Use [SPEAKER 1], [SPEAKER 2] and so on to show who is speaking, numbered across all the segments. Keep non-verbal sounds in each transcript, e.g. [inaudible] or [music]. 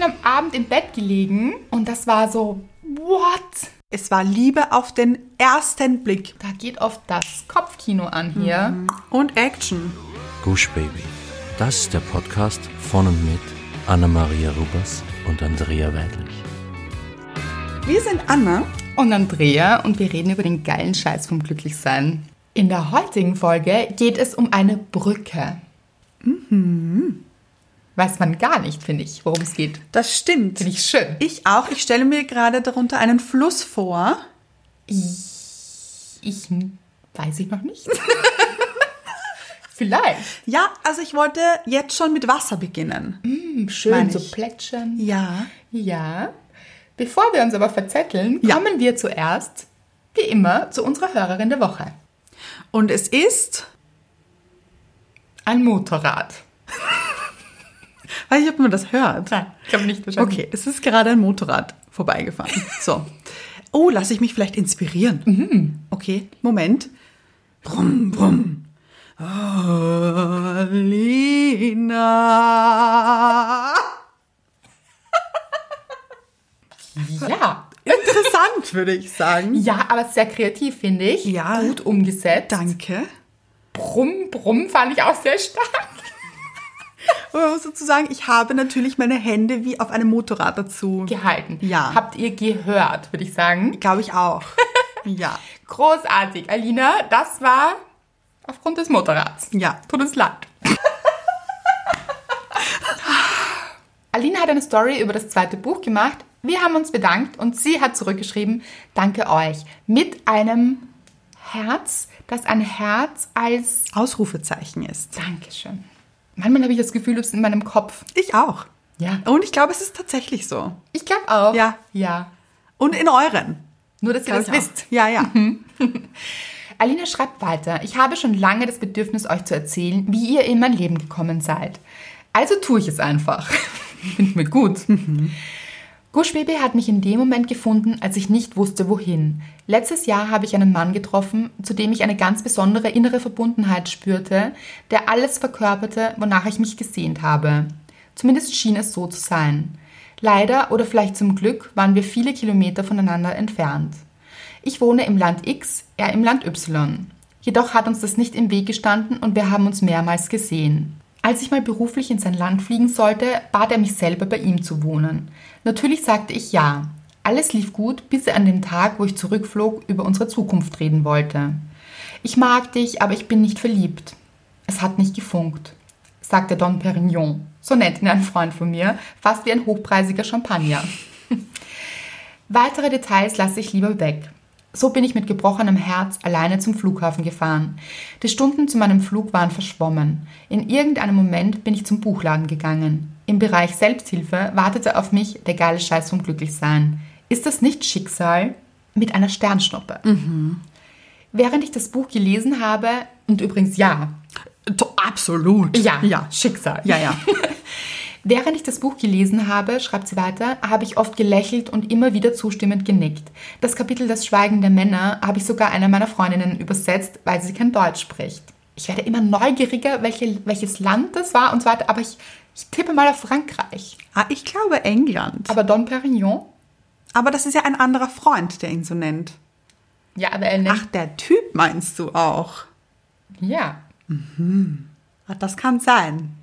[SPEAKER 1] am Abend im Bett gelegen und das war so, what?
[SPEAKER 2] Es war Liebe auf den ersten Blick
[SPEAKER 1] Da geht oft das Kopfkino an hier.
[SPEAKER 2] und Action.
[SPEAKER 3] Gush Baby. Das ist der Podcast von und mit Anna-Maria Rubers und Andrea Weidlich.
[SPEAKER 2] Wir sind Anna.
[SPEAKER 1] Und Andrea und wir reden über den geilen Scheiß vom Glücklichsein. In der heutigen Folge geht es um eine Brücke. Mhm. Weiß man gar nicht, finde ich, worum es geht.
[SPEAKER 2] Das stimmt.
[SPEAKER 1] Finde ich schön.
[SPEAKER 2] Ich auch. Ich stelle mir gerade darunter einen Fluss vor.
[SPEAKER 1] Ich hm, weiß ich noch [laughs] nicht. Vielleicht.
[SPEAKER 2] Ja, also ich wollte jetzt schon mit Wasser beginnen.
[SPEAKER 1] Hm, Schön
[SPEAKER 2] Meine
[SPEAKER 1] zu
[SPEAKER 2] ich.
[SPEAKER 1] plätschern.
[SPEAKER 2] Ja.
[SPEAKER 1] Ja. Bevor wir uns aber verzetteln,
[SPEAKER 2] Ja.
[SPEAKER 1] kommen wir zuerst, wie immer, zu unserer Hörerin der Woche.
[SPEAKER 2] Und es ist,
[SPEAKER 1] Ein Motorrad.
[SPEAKER 2] weiß ich, ob man das hört.
[SPEAKER 1] Nein, ich habe nicht verstanden.
[SPEAKER 2] Okay, es ist gerade ein Motorrad [laughs] vorbeigefahren. So. Oh, lasse ich mich vielleicht inspirieren. Mhm. Okay, Moment. Brumm, brumm. Alina.
[SPEAKER 1] Ja.
[SPEAKER 2] Interessant, würde ich sagen.
[SPEAKER 1] Ja, aber sehr kreativ, finde ich.
[SPEAKER 2] Ja.
[SPEAKER 1] Gut umgesetzt.
[SPEAKER 2] Danke.
[SPEAKER 1] Brumm, brumm fand ich auch sehr stark.
[SPEAKER 2] Aber man muss dazu sagen, ich habe natürlich meine Hände wie auf einem Motorrad dazu.
[SPEAKER 1] Gehalten.
[SPEAKER 2] Ja.
[SPEAKER 1] Habt ihr gehört, würde ich sagen.
[SPEAKER 2] Glaube ich
[SPEAKER 1] [laughs]
[SPEAKER 2] auch. ja.
[SPEAKER 1] Großartig. Alina, das war aufgrund des Motorrads.
[SPEAKER 2] Ja.
[SPEAKER 1] Tut uns leid. [laughs] Alina hat eine Story über das zweite Buch gemacht. Wir haben uns bedankt und sie hat zurückgeschrieben, danke euch, mit einem Herz, das ein Herz als
[SPEAKER 2] Ausrufezeichen ist.
[SPEAKER 1] Dankeschön. Manchmal habe ich das Gefühl, es ist in meinem Kopf.
[SPEAKER 2] Ich auch.
[SPEAKER 1] Ja.
[SPEAKER 2] Und ich glaube, es ist tatsächlich so.
[SPEAKER 1] Ich glaube auch.
[SPEAKER 2] Ja.
[SPEAKER 1] Ja.
[SPEAKER 2] Und in euren.
[SPEAKER 1] Nur, dass ihr das
[SPEAKER 2] Glaub ich auch.
[SPEAKER 1] wisst.
[SPEAKER 2] Ja, ja.
[SPEAKER 1] Alina schreibt weiter, ich habe schon lange das Bedürfnis, euch zu erzählen, wie ihr in mein Leben gekommen seid. Also tue ich es einfach. [laughs] Finde mir gut. Gush Baby hat mich in dem Moment gefunden, als ich nicht wusste, wohin. Letztes Jahr habe ich einen Mann getroffen, zu dem ich eine ganz besondere innere Verbundenheit spürte, der alles verkörperte, wonach ich mich gesehnt habe. Zumindest schien es so zu sein. Leider oder vielleicht zum Glück waren wir viele Kilometer voneinander entfernt. Ich wohne im Land X, er im Land Y. Jedoch hat uns das nicht im Weg gestanden und wir haben uns mehrmals gesehen. Als ich mal beruflich in sein Land fliegen sollte, bat er mich selber bei ihm zu wohnen. Natürlich sagte ich ja. Alles lief gut, bis er an dem Tag, wo ich zurückflog, über unsere Zukunft reden wollte. Ich mag dich, aber ich bin nicht verliebt. Es hat nicht gefunkt, sagte Don Perignon. So nennt ihn ein Freund von mir, fast wie ein hochpreisiger Champagner. Weitere Details lasse ich lieber weg. So bin ich mit gebrochenem Herz alleine zum Flughafen gefahren. Die Stunden zu meinem Flug waren verschwommen. In irgendeinem Moment bin ich zum Buchladen gegangen. Im Bereich Selbsthilfe wartete auf mich der geile Scheiß vom Glücklichsein. Ist das nicht Schicksal? Mit einer Sternschnuppe. Während ich das Buch gelesen habe, und übrigens ja,
[SPEAKER 2] To- Absolut.
[SPEAKER 1] ja,
[SPEAKER 2] Ja.
[SPEAKER 1] Schicksal.
[SPEAKER 2] Ja, ja.
[SPEAKER 1] [laughs] Während ich das Buch gelesen habe, schreibt sie weiter, habe ich oft gelächelt und immer wieder zustimmend genickt. Das Kapitel Das Schweigen der Männer habe ich sogar einer meiner Freundinnen übersetzt, weil sie kein Deutsch spricht. Ich werde immer neugieriger, welche, welches Land das war und so weiter, aber ich, ich tippe mal auf Frankreich.
[SPEAKER 2] Ah, ich glaube England.
[SPEAKER 1] Aber Don Perignon?
[SPEAKER 2] Aber das ist ja ein anderer Freund, der ihn so nennt.
[SPEAKER 1] Ja, aber er nennt.
[SPEAKER 2] Ach, der Typ meinst du auch.
[SPEAKER 1] Ja.
[SPEAKER 2] Ah, das kann sein.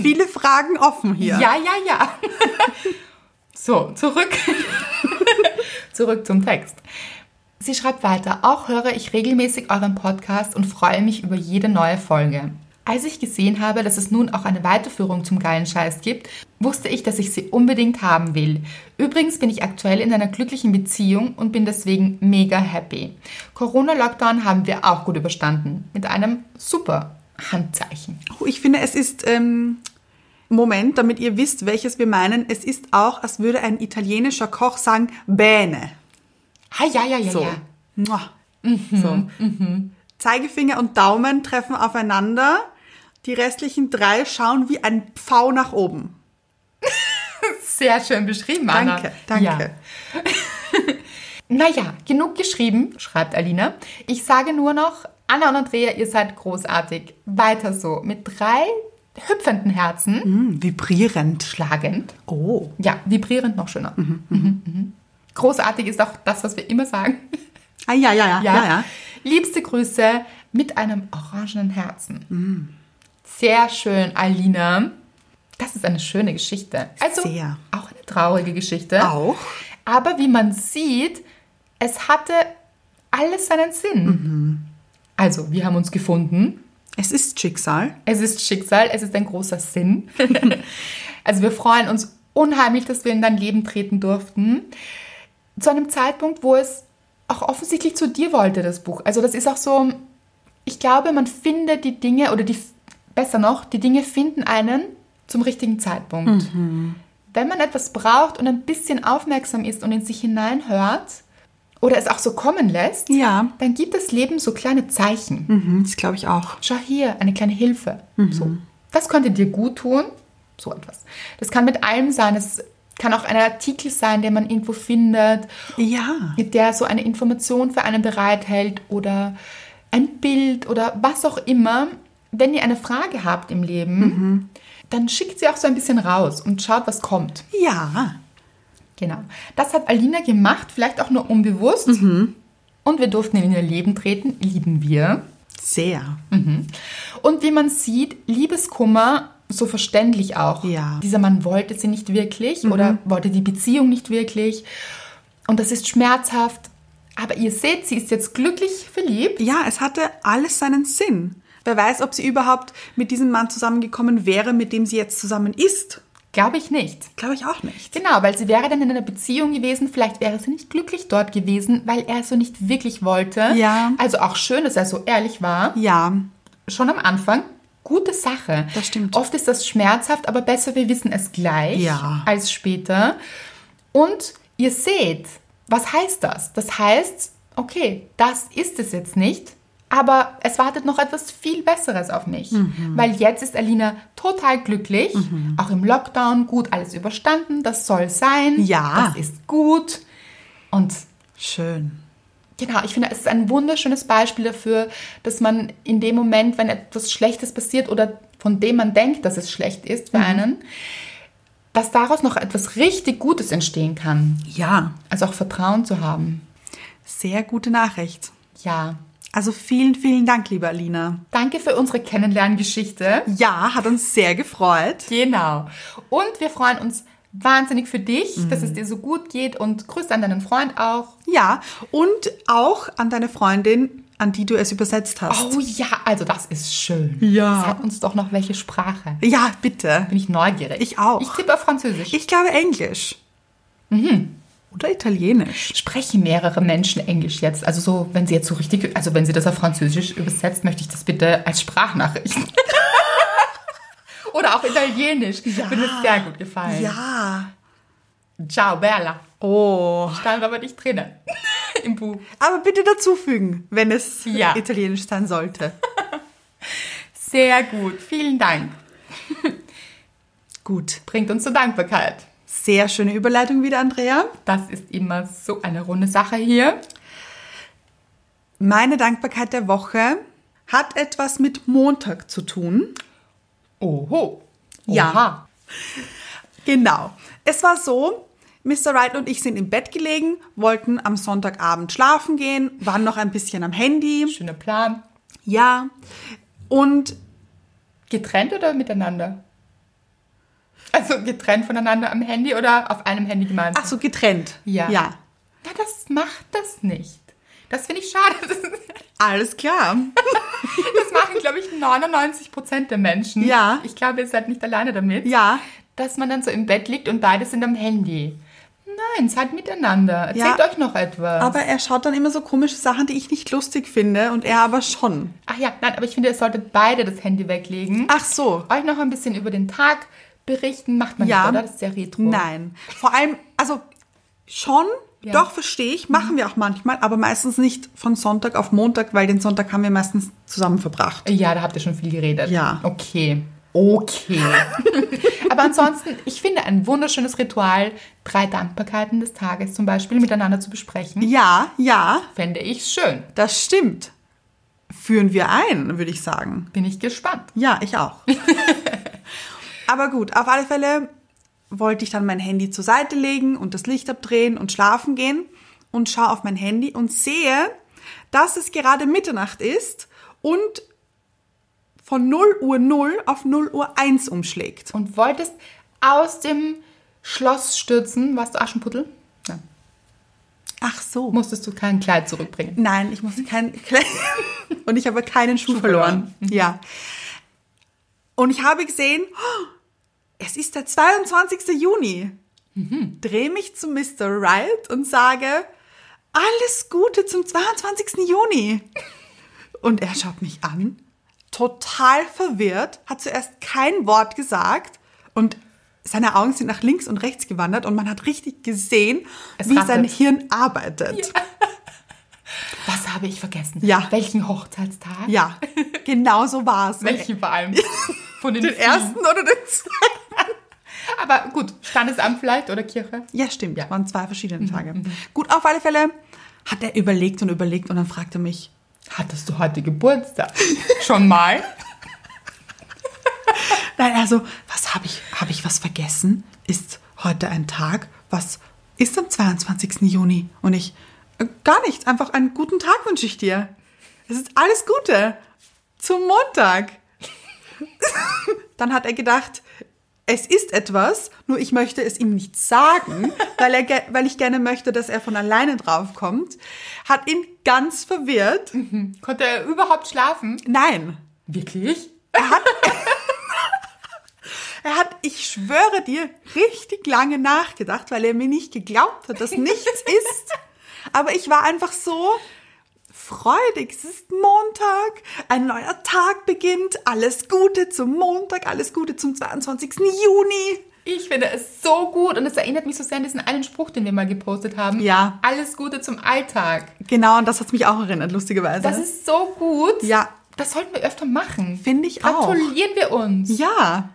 [SPEAKER 2] Viele Fragen offen hier.
[SPEAKER 1] Mhm. Ja, ja, ja. [laughs] so, zurück. [laughs] zurück zum Text. Sie schreibt weiter, auch höre ich regelmäßig euren Podcast und freue mich über jede neue Folge. Als ich gesehen habe, dass es nun auch eine Weiterführung zum geilen Scheiß gibt, wusste ich, dass ich sie unbedingt haben will. Übrigens bin ich aktuell in einer glücklichen Beziehung und bin deswegen mega happy. Corona-Lockdown haben wir auch gut überstanden. Mit einem super Handzeichen.
[SPEAKER 2] Oh, Ich finde, es ist, ähm, Moment, damit ihr wisst, welches wir meinen, es ist auch, als würde ein italienischer Koch sagen, Bähne.
[SPEAKER 1] Ah, ja, ja, ja,
[SPEAKER 2] So.
[SPEAKER 1] ja.
[SPEAKER 2] Mua. so. Zeigefinger und Daumen treffen aufeinander. Die restlichen drei schauen wie ein Pfau nach oben.
[SPEAKER 1] Sehr schön beschrieben, Anna.
[SPEAKER 2] Danke, danke.
[SPEAKER 1] Ja. [laughs] Naja, genug geschrieben, schreibt Alina. Ich sage nur noch, Anna und Andrea, ihr seid großartig. Weiter so. Mit drei hüpfenden Herzen,
[SPEAKER 2] Hm, vibrierend.
[SPEAKER 1] schlagend.
[SPEAKER 2] Oh.
[SPEAKER 1] Ja, vibrierend noch schöner. Mhm, mhm. Großartig ist auch das, was wir immer sagen.
[SPEAKER 2] Ah, ja, ja, ja, ja, ja.
[SPEAKER 1] Liebste Grüße mit einem orangenen Herzen.
[SPEAKER 2] Mm.
[SPEAKER 1] Sehr schön, Alina. Das ist eine schöne Geschichte. Also
[SPEAKER 2] Sehr.
[SPEAKER 1] auch eine traurige Geschichte.
[SPEAKER 2] Auch.
[SPEAKER 1] Aber wie man sieht, es hatte alles seinen Sinn.
[SPEAKER 2] Mhm.
[SPEAKER 1] Also, wir haben uns gefunden.
[SPEAKER 2] Es ist Schicksal.
[SPEAKER 1] Es ist Schicksal, es ist ein großer Sinn. also wir freuen uns unheimlich, dass wir in dein Leben treten durften. Zu einem Zeitpunkt, wo es auch offensichtlich zu dir wollte, das Buch. Also das ist auch so, ich glaube, man findet die Dinge, oder die, besser noch, die Dinge finden einen zum richtigen Zeitpunkt. Wenn man etwas braucht und ein bisschen aufmerksam ist und in sich hineinhört oder es auch so kommen lässt,
[SPEAKER 2] Ja.
[SPEAKER 1] dann gibt das Leben so kleine Zeichen
[SPEAKER 2] Mhm, das glaube ich auch.
[SPEAKER 1] schau hier, eine kleine Hilfe. So. Das könnte dir gut tun. So etwas. Das kann mit allem sein. Es kann auch ein Artikel sein, den man irgendwo findet,
[SPEAKER 2] Ja.
[SPEAKER 1] der so eine Information für einen bereithält oder ein Bild oder was auch immer. Wenn ihr eine Frage habt im Leben, dann schickt sie auch so ein bisschen raus und schaut, was kommt.
[SPEAKER 2] Ja.
[SPEAKER 1] Genau. Das hat Alina gemacht, vielleicht auch nur unbewusst. Und wir durften in ihr Leben treten, lieben wir.
[SPEAKER 2] Sehr.
[SPEAKER 1] Und wie man sieht, Liebeskummer, so verständlich auch.
[SPEAKER 2] Ja. Mhm.
[SPEAKER 1] Dieser Mann wollte sie nicht wirklich oder wollte die Beziehung nicht wirklich. Und das ist schmerzhaft. Aber ihr seht, sie ist jetzt glücklich verliebt.
[SPEAKER 2] Ja, es hatte alles seinen Sinn. Wer weiß, ob sie überhaupt mit diesem Mann zusammengekommen wäre, mit dem sie jetzt zusammen ist.
[SPEAKER 1] Glaube ich nicht.
[SPEAKER 2] Glaube ich auch nicht.
[SPEAKER 1] Genau, weil sie wäre dann in einer Beziehung gewesen, vielleicht wäre sie nicht glücklich dort gewesen, weil er es so nicht wirklich wollte.
[SPEAKER 2] Ja.
[SPEAKER 1] Also auch schön, dass er so ehrlich war.
[SPEAKER 2] Ja,
[SPEAKER 1] Schon am Anfang, gute Sache.
[SPEAKER 2] Das stimmt.
[SPEAKER 1] Oft ist das schmerzhaft, aber besser, wir wissen es gleich
[SPEAKER 2] Ja.
[SPEAKER 1] als später. Und ihr seht, was heißt das? Das heißt, okay, das ist es jetzt nicht, aber es wartet noch etwas viel Besseres auf mich.
[SPEAKER 2] Mhm.
[SPEAKER 1] Weil jetzt ist Alina total glücklich, auch im Lockdown, gut alles überstanden, das soll sein,
[SPEAKER 2] Ja.
[SPEAKER 1] das ist gut. Und
[SPEAKER 2] schön.
[SPEAKER 1] Genau, ich finde, es ist ein wunderschönes Beispiel dafür, dass man in dem Moment, wenn etwas Schlechtes passiert oder von dem man denkt, dass es schlecht ist für
[SPEAKER 2] Mhm.
[SPEAKER 1] einen, dass daraus noch etwas richtig Gutes entstehen kann.
[SPEAKER 2] Ja,
[SPEAKER 1] Also auch Vertrauen zu haben.
[SPEAKER 2] sehr gute Nachricht.
[SPEAKER 1] Ja.
[SPEAKER 2] Also vielen, vielen Dank, liebe Alina.
[SPEAKER 1] Danke für unsere Kennenlerngeschichte.
[SPEAKER 2] Ja, hat uns sehr gefreut.
[SPEAKER 1] Genau. Und wir freuen uns wahnsinnig für dich, dass
[SPEAKER 2] Mhm.
[SPEAKER 1] es dir so gut geht und grüß an deinen Freund auch.
[SPEAKER 2] Ja, und auch an deine Freundin, an die du es übersetzt hast.
[SPEAKER 1] Oh ja, also das ist schön.
[SPEAKER 2] Ja.
[SPEAKER 1] Sag uns doch noch, welche Sprache.
[SPEAKER 2] Ja, bitte.
[SPEAKER 1] Bin ich neugierig.
[SPEAKER 2] Ich auch.
[SPEAKER 1] Ich tippe auf Französisch.
[SPEAKER 2] Ich glaube Englisch. Oder Italienisch.
[SPEAKER 1] Sprechen mehrere Menschen Englisch jetzt? Also so, wenn sie jetzt so richtig, also wenn sie das auf Französisch übersetzt, möchte ich das bitte als Sprachnachricht. [laughs] Oder auch Italienisch. Ja. Würde mir sehr gut gefallen.
[SPEAKER 2] Ja.
[SPEAKER 1] Ciao, Bella.
[SPEAKER 2] Oh.
[SPEAKER 1] Stand aber nicht drinnen [laughs] im Buch.
[SPEAKER 2] Aber bitte dazufügen, wenn es äh,
[SPEAKER 1] Ja.
[SPEAKER 2] Italienisch sein sollte.
[SPEAKER 1] Sehr gut. Vielen Dank.
[SPEAKER 2] Gut.
[SPEAKER 1] Bringt uns zur Dankbarkeit.
[SPEAKER 2] Sehr schöne Überleitung wieder, Andrea.
[SPEAKER 1] Das ist immer so eine runde Sache hier.
[SPEAKER 2] Meine Dankbarkeit der Woche hat etwas mit Montag zu tun.
[SPEAKER 1] Oho.
[SPEAKER 2] Ja.
[SPEAKER 1] Oha.
[SPEAKER 2] Genau. Es war so, Mr. Wright und ich sind im Bett gelegen, wollten am Sonntagabend schlafen gehen, waren noch ein bisschen am Handy.
[SPEAKER 1] Schöner Plan.
[SPEAKER 2] Ja. Und
[SPEAKER 1] Getrennt oder miteinander? Also getrennt voneinander am Handy oder auf einem Handy gemeinsam?
[SPEAKER 2] ach so, getrennt.
[SPEAKER 1] Ja.
[SPEAKER 2] Ja.
[SPEAKER 1] Na, das macht das nicht. Das finde ich schade. Das,
[SPEAKER 2] Alles klar.
[SPEAKER 1] das machen, glaube ich, 99 Prozent der Menschen.
[SPEAKER 2] Ja.
[SPEAKER 1] Ich glaube, ihr seid nicht alleine damit.
[SPEAKER 2] Ja.
[SPEAKER 1] Dass man dann so im Bett liegt und beide sind am Handy. Nein, seid miteinander. Erzählt
[SPEAKER 2] Ja.
[SPEAKER 1] euch noch etwas.
[SPEAKER 2] Aber er schaut dann immer so komische Sachen, die ich nicht lustig finde und er aber schon.
[SPEAKER 1] Ach ja, nein, aber ich finde, ihr solltet beide das Handy weglegen.
[SPEAKER 2] Ach so.
[SPEAKER 1] Euch noch ein bisschen über den Tag berichten. Macht man
[SPEAKER 2] Ja.
[SPEAKER 1] nicht, oder? Das ist ja retro.
[SPEAKER 2] Nein. Vor allem, also schon,
[SPEAKER 1] Ja.
[SPEAKER 2] doch verstehe ich, machen wir auch manchmal, aber meistens nicht von Sonntag auf Montag, weil den Sonntag haben wir meistens zusammen verbracht.
[SPEAKER 1] Ja, da habt ihr schon viel geredet.
[SPEAKER 2] Ja.
[SPEAKER 1] Okay. Okay.
[SPEAKER 2] [laughs]
[SPEAKER 1] Aber ansonsten, ich finde ein wunderschönes Ritual, drei Dankbarkeiten des Tages zum Beispiel miteinander zu besprechen,
[SPEAKER 2] Ja, ja,
[SPEAKER 1] fände ich schön.
[SPEAKER 2] das stimmt. Führen wir ein, würde ich sagen.
[SPEAKER 1] Bin ich gespannt.
[SPEAKER 2] [laughs] Ja, ich auch. Aber gut, auf alle Fälle wollte ich dann mein Handy zur Seite legen und das Licht abdrehen und schlafen gehen und schaue auf mein Handy und sehe, dass es gerade Mitternacht ist und von 0 Uhr 0 auf 0 Uhr 1 umschlägt.
[SPEAKER 1] Und wolltest aus dem Schloss stürzen, warst du Aschenputtel? Nein.
[SPEAKER 2] Ach so.
[SPEAKER 1] Musstest du kein Kleid zurückbringen.
[SPEAKER 2] Nein, ich musste kein [laughs] und ich habe keinen Schuh, verloren. Mhm. Ja. Und ich habe gesehen, oh, es ist der 22. Juni. Drehe mich zu Mr. Right und sage, alles Gute zum 22. Juni. Und er schaut mich an, total verwirrt, hat zuerst kein Wort gesagt und seine Augen sind nach links und rechts gewandert und man hat richtig gesehen,
[SPEAKER 1] Es
[SPEAKER 2] wie
[SPEAKER 1] rattert.
[SPEAKER 2] sein Hirn arbeitet.
[SPEAKER 1] Was habe ich vergessen?
[SPEAKER 2] Ja.
[SPEAKER 1] Welchen Hochzeitstag?
[SPEAKER 2] Ja,
[SPEAKER 1] [laughs]
[SPEAKER 2] genau so war es.
[SPEAKER 1] Welchen vor
[SPEAKER 2] [laughs]
[SPEAKER 1] allem? Von den,
[SPEAKER 2] Den
[SPEAKER 1] vielen.
[SPEAKER 2] ersten oder den zweiten?
[SPEAKER 1] Aber gut, Standesamt vielleicht oder Kirche?
[SPEAKER 2] Ja, stimmt. Mhm,
[SPEAKER 1] Ja.
[SPEAKER 2] Waren zwei verschiedene Tage. Gut, auf alle Fälle hat er überlegt und überlegt und dann fragte er mich,
[SPEAKER 1] Hattest du heute Geburtstag? Schon
[SPEAKER 2] [laughs]
[SPEAKER 1] mal?
[SPEAKER 2] nein, also, was habe ich, habe ich was vergessen? Ist heute ein Tag? Was ist am 22. Juni? Und ich, äh, gar nichts, einfach einen guten Tag wünsche ich dir. Es ist alles Gute. Zum Montag. [laughs] dann hat er gedacht, es ist etwas, nur ich möchte es ihm nicht sagen, [laughs] weil, er, ge- weil ich gerne möchte, dass er von alleine draufkommt. Hat ihn ganz verwirrt.
[SPEAKER 1] Konnte er überhaupt schlafen?
[SPEAKER 2] Nein.
[SPEAKER 1] Wirklich?
[SPEAKER 2] Er hat, ich schwöre dir, richtig lange nachgedacht, weil er mir nicht geglaubt hat, dass [laughs] nichts ist. Aber ich war einfach so freudig. Es ist Montag, ein neuer Tag beginnt. Alles Gute zum Montag, alles Gute zum 22. Juni.
[SPEAKER 1] Ich finde es so gut und es erinnert mich so sehr an diesen einen Spruch, den wir mal gepostet haben.
[SPEAKER 2] Ja.
[SPEAKER 1] Alles Gute zum Alltag.
[SPEAKER 2] Genau, und das hat mich auch erinnert, lustigerweise.
[SPEAKER 1] Das ist so gut.
[SPEAKER 2] Ja.
[SPEAKER 1] Das sollten wir öfter machen.
[SPEAKER 2] Finde ich auch.
[SPEAKER 1] Gratulieren wir uns.
[SPEAKER 2] ja,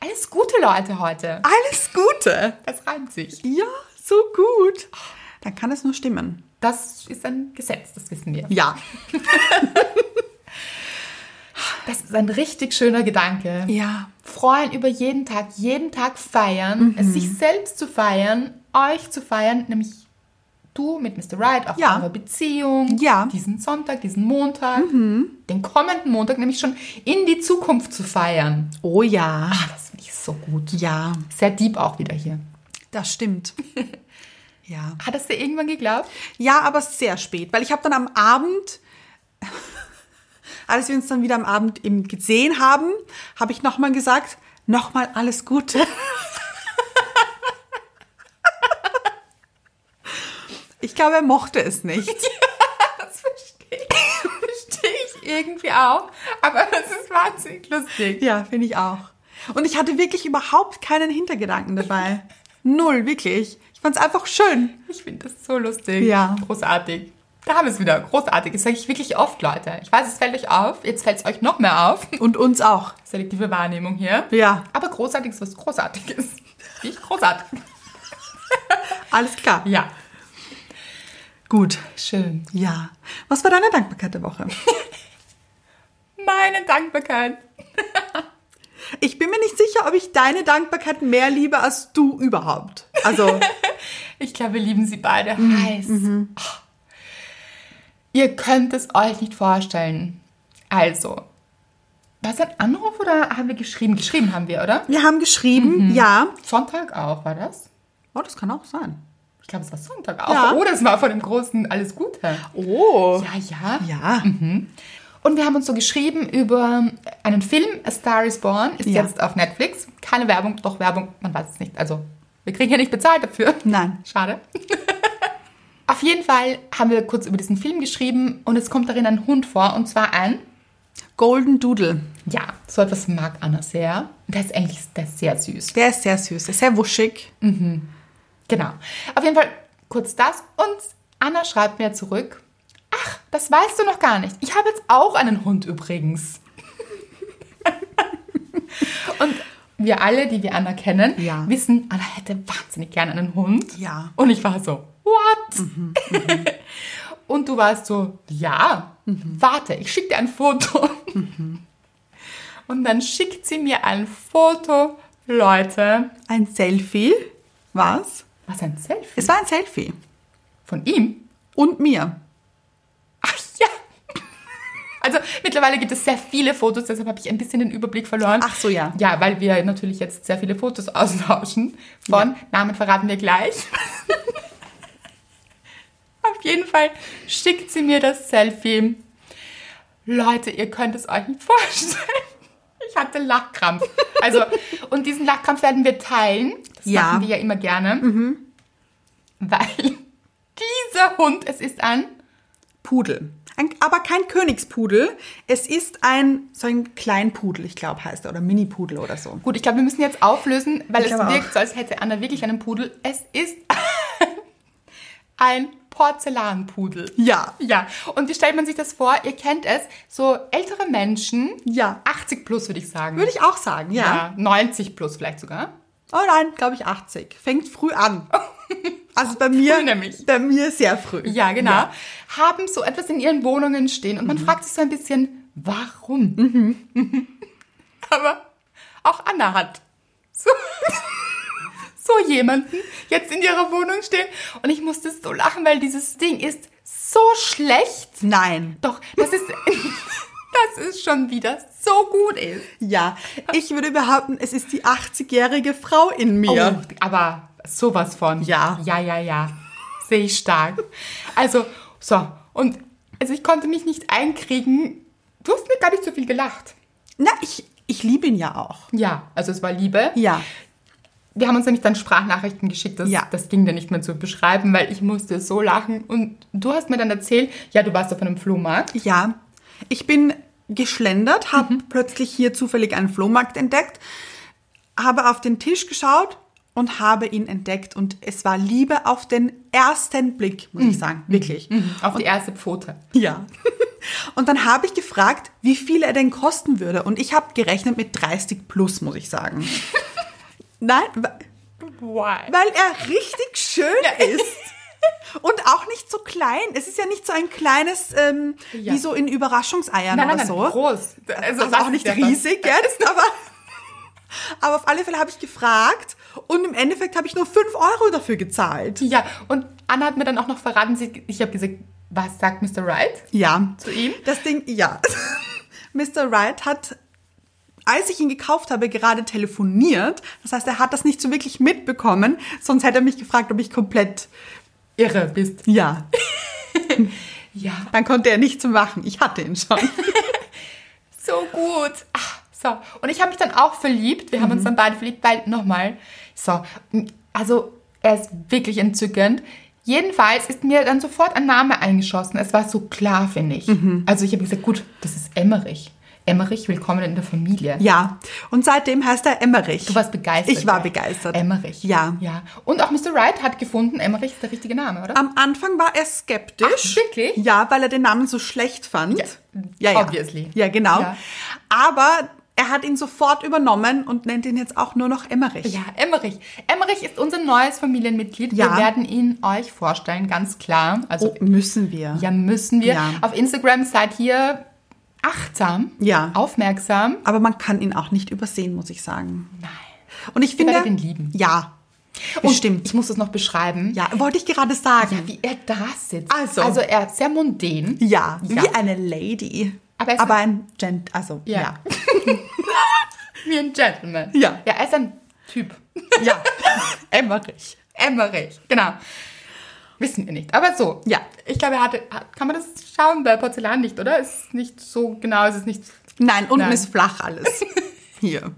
[SPEAKER 1] Alles Gute, Leute, heute.
[SPEAKER 2] alles Gute.
[SPEAKER 1] Das reimt sich.
[SPEAKER 2] Ja, so gut. Dann kann es nur stimmen.
[SPEAKER 1] Das ist ein Gesetz, das wissen wir.
[SPEAKER 2] Ja.
[SPEAKER 1] Das ist ein richtig schöner Gedanke.
[SPEAKER 2] Ja.
[SPEAKER 1] Freuen über jeden Tag, jeden Tag feiern,
[SPEAKER 2] Mhm.
[SPEAKER 1] es sich selbst zu feiern, euch zu feiern, nämlich du mit Mr. Right, auch
[SPEAKER 2] Ja.
[SPEAKER 1] eure Beziehung,
[SPEAKER 2] Ja. Mhm.
[SPEAKER 1] diesen Sonntag, diesen Montag, den kommenden Montag, nämlich schon in die Zukunft zu feiern.
[SPEAKER 2] Oh ja.
[SPEAKER 1] Ah, das finde ich so gut.
[SPEAKER 2] Ja,
[SPEAKER 1] Sehr deep auch wieder hier.
[SPEAKER 2] das stimmt. ja.
[SPEAKER 1] Hat das dir irgendwann geglaubt? [laughs]
[SPEAKER 2] Ja, aber sehr spät, weil ich habe dann am Abend, als wir uns dann wieder am Abend eben gesehen haben, habe ich nochmal gesagt, nochmal alles Gute. Ich glaube, er mochte es nicht.
[SPEAKER 1] Das verstehe ich. verstehe ich irgendwie auch. Aber [laughs] das ist wahnsinnig lustig.
[SPEAKER 2] Ja, finde ich auch. Und ich hatte wirklich überhaupt keinen Hintergedanken dabei. Null, wirklich. Ich fand es einfach schön.
[SPEAKER 1] Ich finde das so lustig.
[SPEAKER 2] Ja.
[SPEAKER 1] Großartig. Da haben wir es wieder. Großartig. Das sage ich wirklich oft, Leute. Ich weiß, es fällt euch auf. Jetzt fällt es euch noch mehr
[SPEAKER 2] [laughs]
[SPEAKER 1] auf.
[SPEAKER 2] Und uns auch.
[SPEAKER 1] Selektive Wahrnehmung hier.
[SPEAKER 2] Ja.
[SPEAKER 1] Aber großartig ist was Großartiges. Ich
[SPEAKER 2] [laughs]
[SPEAKER 1] großartig.
[SPEAKER 2] Alles klar.
[SPEAKER 1] Ja.
[SPEAKER 2] Gut.
[SPEAKER 1] Schön.
[SPEAKER 2] Ja. Was war deine Dankbarkeit der Woche?
[SPEAKER 1] Meine Dankbarkeit.
[SPEAKER 2] Ich bin mir nicht sicher, ob ich deine Dankbarkeit mehr liebe als du überhaupt. [laughs] Also,
[SPEAKER 1] Ich glaube, wir lieben sie beide
[SPEAKER 2] Mhm.
[SPEAKER 1] heiß. Ah. Ihr könnt es euch nicht vorstellen. Also, war es ein Anruf oder haben wir geschrieben? Geschrieben haben wir, oder?
[SPEAKER 2] wir haben geschrieben, ja.
[SPEAKER 1] Sonntag auch, war das?
[SPEAKER 2] Oh, das kann auch sein.
[SPEAKER 1] Ich glaube, es war Sonntag auch.
[SPEAKER 2] Ja.
[SPEAKER 1] Oder es war von dem großen Alles Gute.
[SPEAKER 2] Oh.
[SPEAKER 1] Ja, ja.
[SPEAKER 2] Ja.
[SPEAKER 1] Und wir haben uns so geschrieben über einen Film, A Star is Born, ist
[SPEAKER 2] Ja.
[SPEAKER 1] jetzt auf Netflix. Keine Werbung, doch Werbung, man weiß es nicht. Also, wir kriegen ja nicht bezahlt dafür.
[SPEAKER 2] Nein.
[SPEAKER 1] [laughs] Schade. auf jeden Fall haben wir kurz über diesen Film geschrieben und es kommt darin ein Hund vor und zwar ein,
[SPEAKER 2] Golden Doodle.
[SPEAKER 1] ja, so etwas mag Anna sehr. Der ist eigentlich der ist sehr süß.
[SPEAKER 2] Der ist sehr süß, der ist sehr wuschig.
[SPEAKER 1] Genau. Auf jeden Fall kurz das und Anna schreibt mir zurück, ach, das weißt du noch gar nicht. Ich habe jetzt auch einen Hund übrigens. [laughs] und wir alle, die wir Anna kennen,
[SPEAKER 2] Ja.
[SPEAKER 1] wissen, Anna hätte wahnsinnig gern einen Hund.
[SPEAKER 2] Ja. Mhm,
[SPEAKER 1] Und ich war so, what? [laughs] und du warst so, ja,
[SPEAKER 2] Mhm.
[SPEAKER 1] warte, ich schicke dir ein Foto. Und dann schickt sie mir ein Foto Leute.
[SPEAKER 2] Ein Selfie war's.
[SPEAKER 1] Was ein Selfie?
[SPEAKER 2] Es war ein Selfie.
[SPEAKER 1] Von ihm?
[SPEAKER 2] Und mir.
[SPEAKER 1] Ach ja. Also mittlerweile gibt es sehr viele Fotos, deshalb habe ich ein bisschen den Überblick verloren.
[SPEAKER 2] Ach so, ja.
[SPEAKER 1] Ja, weil wir natürlich jetzt sehr viele Fotos austauschen. Von Namen verraten wir gleich. Auf jeden Fall schickt sie mir das Selfie. Leute, ihr könnt es euch nicht vorstellen. Ich hatte Lachkrampf. Also, und diesen Lachkrampf werden wir teilen. Das
[SPEAKER 2] Ja. Mhm.
[SPEAKER 1] machen wir ja immer gerne. Weil dieser Hund, es ist an.
[SPEAKER 2] Pudel. Ein, aber kein Königspudel. Es ist ein, so ein Kleinpudel, ich glaube, heißt er. Oder Mini-Pudel oder so.
[SPEAKER 1] Gut, ich glaube, wir müssen jetzt auflösen, weil
[SPEAKER 2] Ich
[SPEAKER 1] es
[SPEAKER 2] glaube
[SPEAKER 1] wirkt so, als hätte Anna wirklich einen Pudel. Es ist [laughs] ein Porzellanpudel.
[SPEAKER 2] Ja.
[SPEAKER 1] Ja, und wie stellt man sich das vor? Ihr kennt es, so ältere Menschen,
[SPEAKER 2] Ja.
[SPEAKER 1] 80 plus würde ich sagen.
[SPEAKER 2] Würde ich auch sagen, ja.
[SPEAKER 1] 90 plus vielleicht sogar.
[SPEAKER 2] Oh nein, glaube ich 80. Fängt früh an. Also bei
[SPEAKER 1] [laughs]
[SPEAKER 2] mir,
[SPEAKER 1] Früh nämlich.
[SPEAKER 2] bei mir sehr früh.
[SPEAKER 1] Ja, genau. Haben so etwas in ihren Wohnungen stehen und man fragt sich so ein bisschen, warum? [laughs] Aber auch Anna hat so, [laughs] so jemanden jetzt in ihrer Wohnung stehen und ich musste so lachen, weil dieses Ding ist so schlecht.
[SPEAKER 2] Mhm. Nein.
[SPEAKER 1] Doch, das ist, [laughs] das ist schon wieder so gut ist.
[SPEAKER 2] Ja. Ich würde behaupten, es ist die 80-jährige Frau in mir.
[SPEAKER 1] Oh, aber sowas von.
[SPEAKER 2] Ja.
[SPEAKER 1] Ja, ja, ja. Sehe ich stark. Also, so. Und also ich konnte mich nicht einkriegen. Du hast mir gar nicht so viel gelacht.
[SPEAKER 2] Na, ich, ich liebe ihn ja auch.
[SPEAKER 1] Ja, also es war Liebe.
[SPEAKER 2] Ja.
[SPEAKER 1] Wir haben uns nämlich dann Sprachnachrichten geschickt. Das,
[SPEAKER 2] Ja.
[SPEAKER 1] das ging dann nicht mehr zu beschreiben, weil ich musste so lachen. Und du hast mir dann erzählt, ja, du warst auf einem Flohmarkt.
[SPEAKER 2] Ja. Ich bin geschlendert, habe
[SPEAKER 1] Mhm.
[SPEAKER 2] plötzlich hier zufällig einen Flohmarkt entdeckt, habe auf den Tisch geschaut und habe ihn entdeckt. Und es war Liebe auf den ersten Blick, muss
[SPEAKER 1] Mhm.
[SPEAKER 2] ich sagen. Wirklich.
[SPEAKER 1] Auf die erste Pfote.
[SPEAKER 2] Ja. [laughs] Und dann habe ich gefragt, wie viel er denn kosten würde. Und ich habe gerechnet mit 30 plus, muss ich sagen.
[SPEAKER 1] [laughs]
[SPEAKER 2] Nein, wa-
[SPEAKER 1] Why?
[SPEAKER 2] weil er richtig schön
[SPEAKER 1] [laughs]
[SPEAKER 2] ist. Und auch nicht so klein. Es ist ja nicht so ein kleines, ähm,
[SPEAKER 1] Ja.
[SPEAKER 2] wie so in Überraschungseiern
[SPEAKER 1] Nein, nein,
[SPEAKER 2] oder
[SPEAKER 1] nein,
[SPEAKER 2] so.
[SPEAKER 1] groß.
[SPEAKER 2] Also,
[SPEAKER 1] das
[SPEAKER 2] auch
[SPEAKER 1] ist
[SPEAKER 2] nicht
[SPEAKER 1] ja was.
[SPEAKER 2] riesig jetzt, aber, [laughs] aber auf alle Fälle habe ich gefragt. Und im Endeffekt habe ich nur 5 Euro dafür gezahlt.
[SPEAKER 1] Ja, und Anna hat mir dann auch noch verraten, sie, ich habe gesagt, was sagt Mr. Right?
[SPEAKER 2] Ja.
[SPEAKER 1] Zu ihm?
[SPEAKER 2] Das Ding, ja. [laughs] Mr. Wright hat, als ich ihn gekauft habe, gerade telefoniert. Das heißt, er hat das nicht so wirklich mitbekommen. Sonst hätte er mich gefragt, ob ich komplett,
[SPEAKER 1] Irre bist.
[SPEAKER 2] ja.
[SPEAKER 1] Ja,
[SPEAKER 2] Dann konnte er nichts machen. Ich hatte
[SPEAKER 1] [laughs]
[SPEAKER 2] ihn schon.
[SPEAKER 1] so gut. Ach, so. Und ich habe mich dann auch verliebt. Wir haben
[SPEAKER 2] Mhm.
[SPEAKER 1] uns dann beide verliebt, weil nochmal. So, also er ist wirklich entzückend. Jedenfalls ist mir dann sofort ein Name eingeschossen. Es war so klar, finde ich.
[SPEAKER 2] Mhm.
[SPEAKER 1] Also ich habe gesagt, gut, das ist Emmerich. Emmerich, willkommen in der Familie.
[SPEAKER 2] Ja. Und seitdem heißt er Emmerich.
[SPEAKER 1] Du warst begeistert.
[SPEAKER 2] Ich war
[SPEAKER 1] ja.
[SPEAKER 2] begeistert.
[SPEAKER 1] Emmerich.
[SPEAKER 2] Ja.
[SPEAKER 1] ja. Und auch Mr. Wright hat gefunden, Emmerich ist der richtige Name, oder?
[SPEAKER 2] Am Anfang war er skeptisch.
[SPEAKER 1] Ach, wirklich?
[SPEAKER 2] Ja, weil er den Namen so schlecht fand.
[SPEAKER 1] Ja, obviously.
[SPEAKER 2] Ja, genau.
[SPEAKER 1] Ja.
[SPEAKER 2] Aber er hat ihn sofort übernommen und nennt ihn jetzt auch nur noch Emmerich.
[SPEAKER 1] Ja, Emmerich. Emmerich ist unser neues Familienmitglied.
[SPEAKER 2] Ja.
[SPEAKER 1] Wir werden ihn euch vorstellen, ganz klar. Also
[SPEAKER 2] Oh, müssen wir.
[SPEAKER 1] ja, müssen wir.
[SPEAKER 2] Ja.
[SPEAKER 1] Auf Instagram seid ihr achtsam,
[SPEAKER 2] Ja.
[SPEAKER 1] aufmerksam.
[SPEAKER 2] Aber man kann ihn auch nicht übersehen, muss ich sagen. Nein. Und ich finde.
[SPEAKER 1] werdet ihn lieben.
[SPEAKER 2] Ja.
[SPEAKER 1] Und
[SPEAKER 2] Bestimmt.
[SPEAKER 1] Ich muss das noch beschreiben.
[SPEAKER 2] Ja, wollte ich gerade sagen.
[SPEAKER 1] Wie er da sitzt.
[SPEAKER 2] Also.
[SPEAKER 1] also er ist sehr mundän.
[SPEAKER 2] Ja,
[SPEAKER 1] Ja.
[SPEAKER 2] wie eine Lady.
[SPEAKER 1] Aber es-
[SPEAKER 2] Aber ein Gent, also
[SPEAKER 1] Ja.
[SPEAKER 2] ja.
[SPEAKER 1] [laughs] Wie ein Gentleman.
[SPEAKER 2] Ja.
[SPEAKER 1] Ja, er ist ein Typ.
[SPEAKER 2] Ja. Emmerich.
[SPEAKER 1] [laughs] Emmerich, genau. Wissen wir nicht, aber so.
[SPEAKER 2] Ja.
[SPEAKER 1] Ich glaube, er hatte, kann man das schauen bei Porzellan nicht, oder? Ist nicht so genau, ist es ist nicht
[SPEAKER 2] Nein, unten
[SPEAKER 1] Nein.
[SPEAKER 2] ist
[SPEAKER 1] [laughs]
[SPEAKER 2] flach alles. Hier.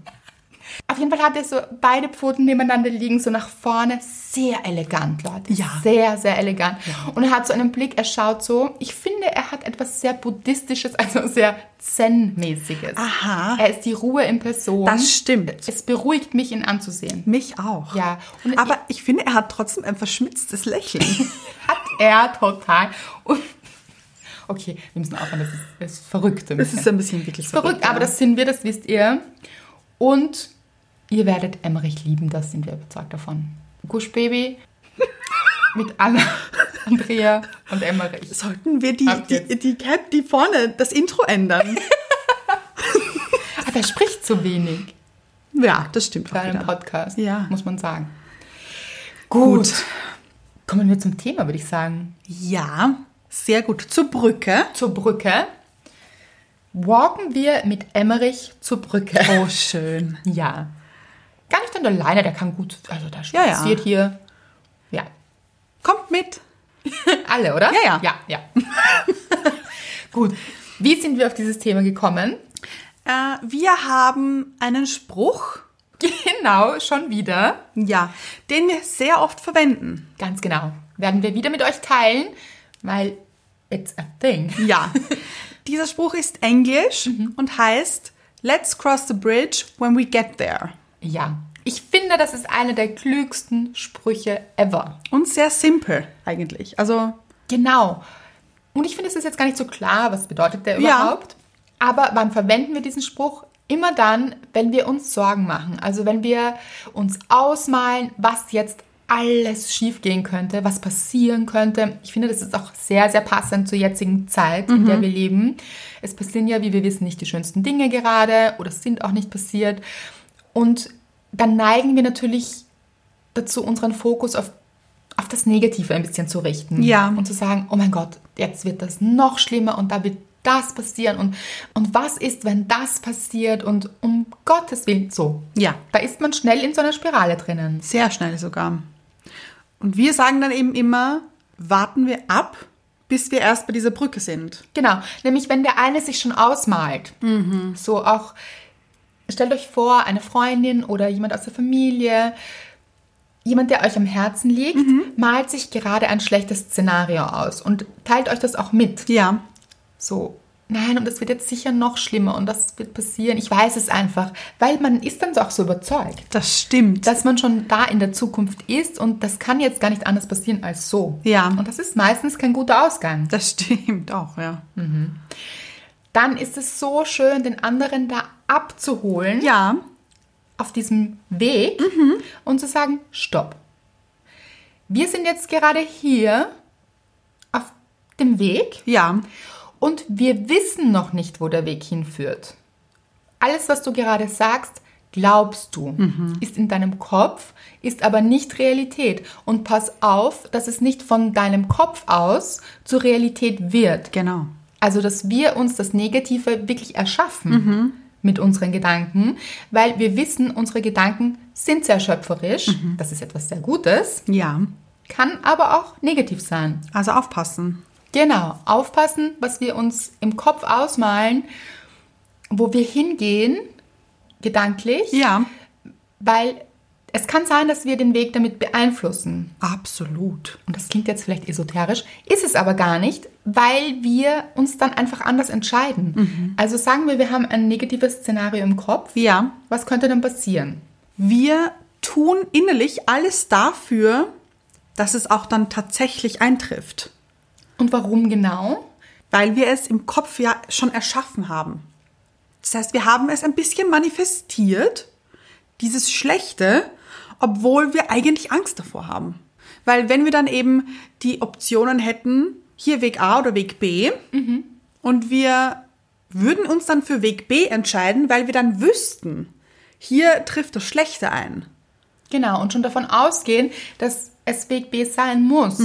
[SPEAKER 1] Auf jeden Fall hat er so beide Pfoten nebeneinander liegen, so nach vorne. Sehr elegant, Leute.
[SPEAKER 2] Ja.
[SPEAKER 1] Sehr, sehr elegant. Und er hat so einen Blick, er schaut so. Ich finde, er hat etwas sehr Buddhistisches, [laughs] also sehr Zen-mäßiges.
[SPEAKER 2] Aha.
[SPEAKER 1] Er ist die Ruhe in Person.
[SPEAKER 2] Das stimmt.
[SPEAKER 1] Es beruhigt mich, ihn anzusehen.
[SPEAKER 2] Mich auch.
[SPEAKER 1] Ja. Und [laughs]
[SPEAKER 2] Aber ich finde, er hat trotzdem ein verschmitztes Lächeln.
[SPEAKER 1] Hat er total. Und [laughs] okay, wir müssen aufhören, das ist, das ist verrückt. ein
[SPEAKER 2] Das
[SPEAKER 1] bisschen.
[SPEAKER 2] ist ein bisschen wirklich
[SPEAKER 1] verrückt,
[SPEAKER 2] verrückt.
[SPEAKER 1] aber das sind wir, das wisst ihr. Und ihr werdet Emmerich lieben, das sind wir überzeugt davon. Gusch
[SPEAKER 2] [laughs]
[SPEAKER 1] Baby mit Anna, Andrea und Emmerich.
[SPEAKER 2] Sollten wir die,
[SPEAKER 1] Ab
[SPEAKER 2] die, die Cap, die vorne, das Intro ändern?
[SPEAKER 1] Aber er spricht zu wenig.
[SPEAKER 2] Ja, das stimmt.
[SPEAKER 1] Bei
[SPEAKER 2] Auch
[SPEAKER 1] einem
[SPEAKER 2] wieder.
[SPEAKER 1] Podcast,
[SPEAKER 2] Ja.
[SPEAKER 1] muss man sagen.
[SPEAKER 2] Gut.
[SPEAKER 1] Kommen wir zum Thema, würde ich sagen.
[SPEAKER 2] Ja, sehr gut. Zur Brücke.
[SPEAKER 1] Zur Brücke. Walken wir mit Emmerich zur Brücke.
[SPEAKER 2] [laughs] Oh, schön.
[SPEAKER 1] Ja. Gar nicht an der Leine, der kann gut, also da
[SPEAKER 2] Ja, ja.
[SPEAKER 1] spaziert hier. Ja.
[SPEAKER 2] Kommt mit.
[SPEAKER 1] Alle, oder?
[SPEAKER 2] Ja, ja.
[SPEAKER 1] Ja, ja. [laughs] gut. Wie sind wir auf dieses Thema gekommen? [laughs]
[SPEAKER 2] Äh, wir haben einen Spruch,
[SPEAKER 1] Genau, schon wieder.
[SPEAKER 2] ja, den wir sehr oft verwenden.
[SPEAKER 1] Ganz genau. Werden wir wieder mit euch teilen, weil it's a thing.
[SPEAKER 2] [laughs] Ja. Dieser Spruch ist englisch und heißt Let's cross the bridge when we get there.
[SPEAKER 1] Ja. Ich finde, das ist einer der klügsten Sprüche ever.
[SPEAKER 2] Und sehr simpel eigentlich. Also,
[SPEAKER 1] Genau. Und ich finde, es ist jetzt gar nicht so klar, was bedeutet der überhaupt. Aber wann verwenden wir diesen Spruch? Immer dann, wenn wir uns Sorgen machen. Also wenn wir uns ausmalen, was jetzt alles schiefgehen könnte, was passieren könnte. Ich finde, das ist auch sehr, sehr passend zur jetzigen Zeit, in der wir leben. Es passieren ja, wie wir wissen, nicht die schönsten Dinge gerade oder es sind auch nicht passiert. Und dann neigen wir natürlich dazu, unseren Fokus auf, auf das Negative ein bisschen zu richten.
[SPEAKER 2] Ja.
[SPEAKER 1] Und zu sagen, oh mein Gott, jetzt wird das noch schlimmer und da wird das passieren und, und was ist, wenn das passiert und um Gottes Willen so.
[SPEAKER 2] Ja.
[SPEAKER 1] Da ist man schnell in so einer Spirale drinnen.
[SPEAKER 2] sehr schnell sogar. Und wir sagen dann eben immer, warten wir ab, bis wir erst bei dieser Brücke sind.
[SPEAKER 1] Genau, nämlich wenn der eine sich schon ausmalt, so auch, stellt euch vor, eine Freundin oder jemand aus der Familie, jemand, der euch am Herzen liegt, malt sich gerade ein schlechtes Szenario aus und teilt euch das auch mit.
[SPEAKER 2] Ja.
[SPEAKER 1] So, nein, und das wird jetzt sicher noch schlimmer und das wird passieren. Ich weiß es einfach, weil man ist dann auch so überzeugt,
[SPEAKER 2] Das stimmt.
[SPEAKER 1] dass man schon da in der Zukunft ist und das kann jetzt gar nicht anders passieren als so.
[SPEAKER 2] Ja.
[SPEAKER 1] Und das ist meistens kein guter Ausgang.
[SPEAKER 2] das stimmt auch, ja.
[SPEAKER 1] Dann ist es so schön, den anderen da abzuholen
[SPEAKER 2] Ja, Mhm.
[SPEAKER 1] auf diesem Weg und zu sagen, stopp. Wir sind jetzt gerade hier auf dem Weg
[SPEAKER 2] ja.
[SPEAKER 1] Und wir wissen noch nicht, wo der Weg hinführt. Alles, was du gerade sagst, glaubst du, ist in deinem Kopf, ist aber nicht Realität. Und pass auf, dass es nicht von deinem Kopf aus zur Realität wird.
[SPEAKER 2] Genau.
[SPEAKER 1] Also, dass wir uns das Negative wirklich erschaffen mit unseren Gedanken, weil wir wissen, unsere Gedanken sind sehr schöpferisch. Das ist etwas sehr Gutes,
[SPEAKER 2] Ja.
[SPEAKER 1] kann aber auch negativ sein.
[SPEAKER 2] Also aufpassen.
[SPEAKER 1] Genau, aufpassen, was wir uns im Kopf ausmalen, wo wir hingehen, gedanklich,
[SPEAKER 2] Ja.
[SPEAKER 1] weil es kann sein, dass wir den Weg damit beeinflussen.
[SPEAKER 2] Absolut.
[SPEAKER 1] Und das klingt jetzt vielleicht esoterisch, ist es aber gar nicht, weil wir uns dann einfach anders entscheiden. Also sagen wir, wir haben ein negatives Szenario im Kopf.
[SPEAKER 2] Ja.
[SPEAKER 1] Was könnte dann passieren?
[SPEAKER 2] Wir tun innerlich alles dafür, dass es auch dann tatsächlich eintrifft,
[SPEAKER 1] Und warum genau?
[SPEAKER 2] weil wir es im Kopf ja schon erschaffen haben. Das heißt, wir haben es ein bisschen manifestiert, dieses Schlechte, obwohl wir eigentlich Angst davor haben. Weil wenn wir dann eben die Optionen hätten, hier Weg A oder Weg B, und wir würden uns dann für Weg B entscheiden, weil wir dann wüssten, hier trifft das Schlechte ein.
[SPEAKER 1] Genau, und schon davon ausgehen, dass es Weg B sein muss.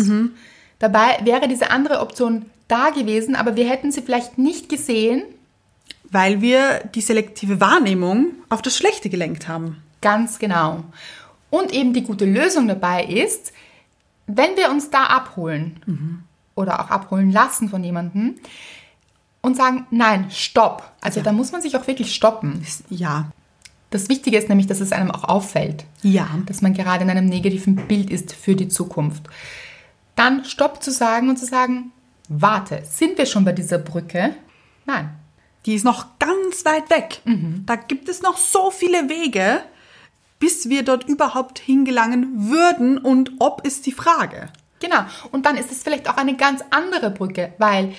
[SPEAKER 1] Dabei wäre diese andere Option da gewesen, aber wir hätten sie vielleicht nicht gesehen.
[SPEAKER 2] Weil wir die selektive Wahrnehmung auf das Schlechte gelenkt haben.
[SPEAKER 1] Ganz genau. Und eben die gute Lösung dabei ist, wenn wir uns da abholen oder auch abholen lassen von jemandem und sagen, nein, stopp. Also da muss man sich auch wirklich stoppen.
[SPEAKER 2] Ja.
[SPEAKER 1] Das Wichtige ist nämlich, dass es einem auch auffällt.
[SPEAKER 2] Ja.
[SPEAKER 1] dass man gerade in einem negativen Bild ist für die Zukunft. Dann Stopp zu sagen und zu sagen, warte, sind wir schon bei dieser Brücke? Nein.
[SPEAKER 2] Die ist noch ganz weit weg. Da gibt es noch so viele Wege, bis wir dort überhaupt hingelangen würden. Und ob ist die Frage.
[SPEAKER 1] Genau. Und dann ist es vielleicht auch eine ganz andere Brücke, weil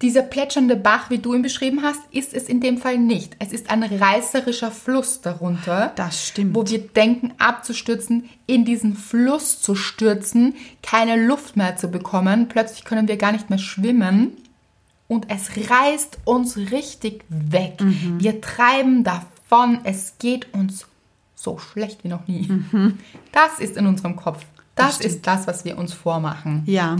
[SPEAKER 1] dieser plätschernde Bach, wie du ihn beschrieben hast, ist es in dem Fall nicht. Es ist ein reißerischer Fluss darunter.
[SPEAKER 2] Das stimmt.
[SPEAKER 1] Wo wir denken, abzustürzen, in diesen Fluss zu stürzen, keine Luft mehr zu bekommen. Plötzlich können wir gar nicht mehr schwimmen. Und es reißt
[SPEAKER 2] Mhm.
[SPEAKER 1] uns richtig weg. Wir treiben davon. Es geht uns so schlecht wie noch nie.
[SPEAKER 2] Mhm.
[SPEAKER 1] Das ist in unserem Kopf. Das, ist das, was wir uns vormachen.
[SPEAKER 2] Ja.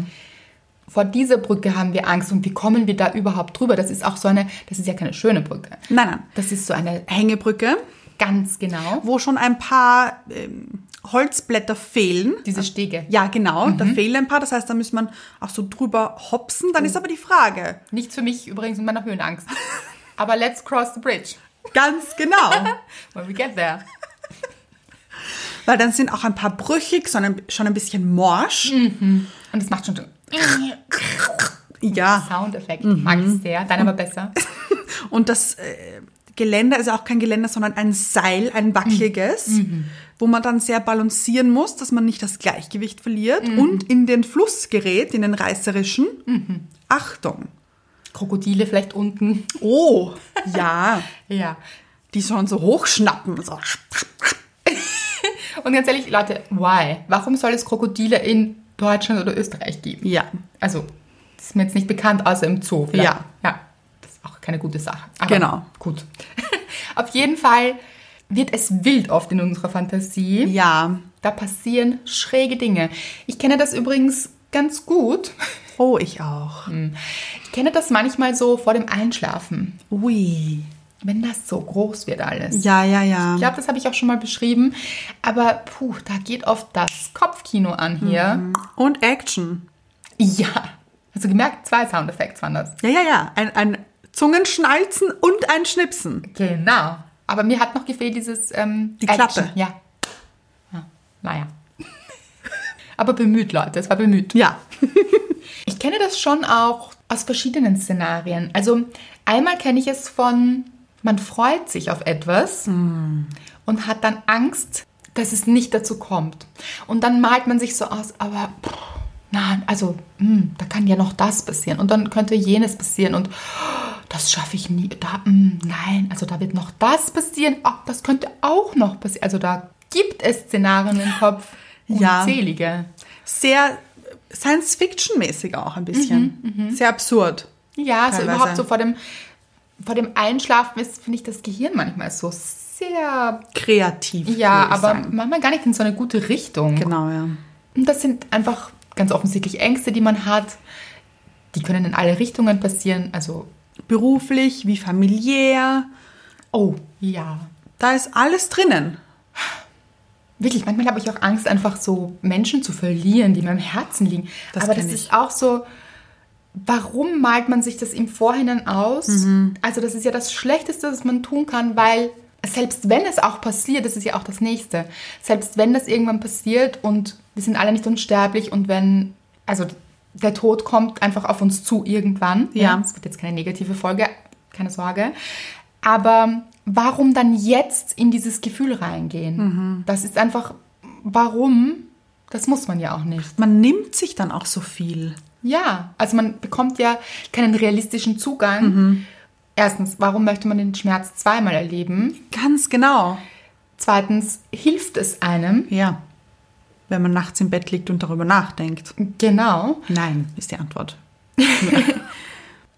[SPEAKER 1] Vor dieser Brücke haben wir Angst und wie kommen wir da überhaupt drüber? Das ist auch so eine, das ist ja keine schöne Brücke.
[SPEAKER 2] Nein, nein.
[SPEAKER 1] Das ist so eine
[SPEAKER 2] Hängebrücke,
[SPEAKER 1] ganz genau,
[SPEAKER 2] wo schon ein paar ähm, Holzblätter fehlen.
[SPEAKER 1] diese Stege.
[SPEAKER 2] Ja, genau, da fehlen ein paar. Das heißt, da muss man auch so drüber hopsen. Dann ist aber die Frage.
[SPEAKER 1] Nichts für mich übrigens mit meiner Höhenangst. Aber let's cross the bridge
[SPEAKER 2] Ganz genau.
[SPEAKER 1] when we get there.
[SPEAKER 2] Weil dann sind auch ein paar brüchig, sondern schon ein bisschen morsch.
[SPEAKER 1] Und das macht schon so
[SPEAKER 2] Ja.
[SPEAKER 1] Soundeffekt.
[SPEAKER 2] Mhm.
[SPEAKER 1] Mag ich sehr. Dein aber besser.
[SPEAKER 2] Und das äh, Geländer ist ja auch kein Geländer, sondern ein Seil, ein wackeliges, wo man dann sehr balancieren muss, dass man nicht das Gleichgewicht verliert und in den Fluss gerät, in den reißerischen. Mhm. Achtung.
[SPEAKER 1] Krokodile vielleicht unten.
[SPEAKER 2] Oh, ja.
[SPEAKER 1] Ja.
[SPEAKER 2] [laughs] Die sollen so hochschnappen. So.
[SPEAKER 1] Und ganz ehrlich, Leute, why? Warum soll es Krokodile in Deutschland oder Österreich geben?
[SPEAKER 2] Ja.
[SPEAKER 1] Also, das ist mir jetzt nicht bekannt, außer im Zoo. Vielleicht.
[SPEAKER 2] Ja.
[SPEAKER 1] Ja, das ist auch keine gute Sache.
[SPEAKER 2] Genau.
[SPEAKER 1] Gut. [laughs] Auf jeden Fall wird es wild oft in unserer Fantasie.
[SPEAKER 2] Ja.
[SPEAKER 1] Da passieren schräge Dinge. Ich kenne das übrigens ganz gut.
[SPEAKER 2] Oh, ich auch.
[SPEAKER 1] Ich kenne das manchmal so vor dem Einschlafen,
[SPEAKER 2] Ui.
[SPEAKER 1] wenn das so groß wird alles.
[SPEAKER 2] Ja, ja, ja.
[SPEAKER 1] Ich glaube, das habe ich auch schon mal beschrieben. Aber puh, da geht oft das Kopfkino an hier.
[SPEAKER 2] Mhm. Und Action.
[SPEAKER 1] Ja. Hast du gemerkt? Zwei Soundeffekte waren das.
[SPEAKER 2] Ja, ja, ja. Ein, ein Zungenschnalzen und ein Schnipsen.
[SPEAKER 1] Genau. Aber mir hat noch gefehlt dieses. Ähm,
[SPEAKER 2] Die Klappe.
[SPEAKER 1] Ja. ja. Naja. [laughs] Aber bemüht, Leute. Es war bemüht.
[SPEAKER 2] Ja.
[SPEAKER 1] Ich kenne das schon auch aus verschiedenen Szenarien. Also einmal kenne ich es von, man freut sich auf etwas und hat dann Angst, dass es nicht dazu kommt. Und dann malt man sich so aus, aber pff, nein, also hm, da kann ja noch das passieren und dann könnte jenes passieren und oh, das schaffe ich nie. Da, hm, nein, also da wird noch das passieren. Ah, das könnte auch noch passieren. Also da gibt es Szenarien im Kopf.
[SPEAKER 2] Ja.
[SPEAKER 1] Unzählige.
[SPEAKER 2] sehr Science-Fiction-mäßig auch ein bisschen. Sehr absurd.
[SPEAKER 1] Ja, also
[SPEAKER 2] Teilweise.
[SPEAKER 1] überhaupt so vor dem, vor dem Einschlafen ist, finde ich, das Gehirn manchmal so sehr. Ja,
[SPEAKER 2] Kreativ. würde ich
[SPEAKER 1] aber
[SPEAKER 2] sagen.
[SPEAKER 1] manchmal gar nicht in so eine gute Richtung.
[SPEAKER 2] Genau, ja.
[SPEAKER 1] Und das sind einfach ganz offensichtlich Ängste, die man hat. Die können in alle Richtungen passieren. Also,
[SPEAKER 2] Beruflich wie familiär.
[SPEAKER 1] oh, ja.
[SPEAKER 2] Da ist alles drinnen.
[SPEAKER 1] Wirklich, manchmal habe ich auch Angst, einfach so Menschen zu verlieren, die mir im Herzen liegen.
[SPEAKER 2] Das
[SPEAKER 1] Aber
[SPEAKER 2] kenn
[SPEAKER 1] das
[SPEAKER 2] ich.
[SPEAKER 1] ist auch so, warum malt man sich das im Vorhinein aus? Also das ist ja das Schlechteste, was man tun kann, weil selbst wenn es auch passiert, das ist ja auch das Nächste, selbst wenn das irgendwann passiert und wir sind alle nicht unsterblich und wenn, also der Tod kommt einfach auf uns zu irgendwann.
[SPEAKER 2] Ja.
[SPEAKER 1] Es wird jetzt keine negative Folge, keine Sorge. Aber warum dann jetzt in dieses Gefühl reingehen? Das ist einfach, warum? Das muss man ja auch nicht.
[SPEAKER 2] Man nimmt sich dann auch so viel.
[SPEAKER 1] Ja, also man bekommt ja keinen realistischen Zugang. Erstens, warum möchte man den Schmerz zweimal erleben?
[SPEAKER 2] Ganz genau.
[SPEAKER 1] Zweitens, hilft es einem?
[SPEAKER 2] Ja. Wenn man nachts im Bett liegt und darüber nachdenkt.
[SPEAKER 1] Genau.
[SPEAKER 2] Nein, ist die Antwort.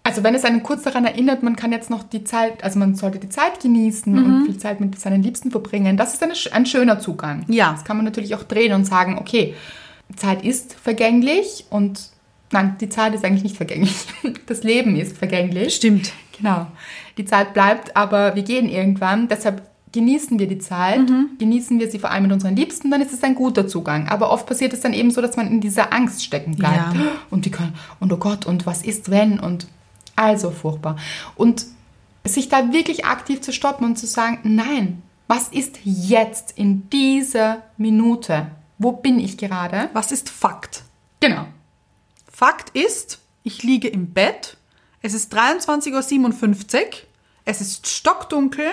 [SPEAKER 1] Also wenn es einen kurz daran erinnert, man kann jetzt noch die Zeit, also man sollte die Zeit genießen und viel Zeit mit seinen Liebsten verbringen, das ist eine, sch- ein schöner Zugang.
[SPEAKER 2] Ja.
[SPEAKER 1] Das kann man natürlich auch drehen und sagen, okay, Zeit ist vergänglich und nein, die Zeit ist eigentlich nicht vergänglich. [laughs] Das Leben ist vergänglich.
[SPEAKER 2] Stimmt.
[SPEAKER 1] Genau. Die Zeit bleibt, aber wir gehen irgendwann. Deshalb genießen wir die Zeit,
[SPEAKER 2] Mhm.
[SPEAKER 1] genießen wir sie vor allem mit unseren Liebsten, dann ist es ein guter Zugang. Aber oft passiert es dann eben so, dass man in dieser Angst stecken bleibt.
[SPEAKER 2] Ja.
[SPEAKER 1] [gasps] Und die können, und oh Gott, und was ist, wenn? Und also furchtbar. Und sich da wirklich aktiv zu stoppen und zu sagen, nein, was ist jetzt in dieser Minute? Wo bin ich gerade?
[SPEAKER 2] Was ist Fakt?
[SPEAKER 1] Genau.
[SPEAKER 2] Fakt ist, ich liege im Bett. Es ist 23.57 Uhr. Es ist stockdunkel.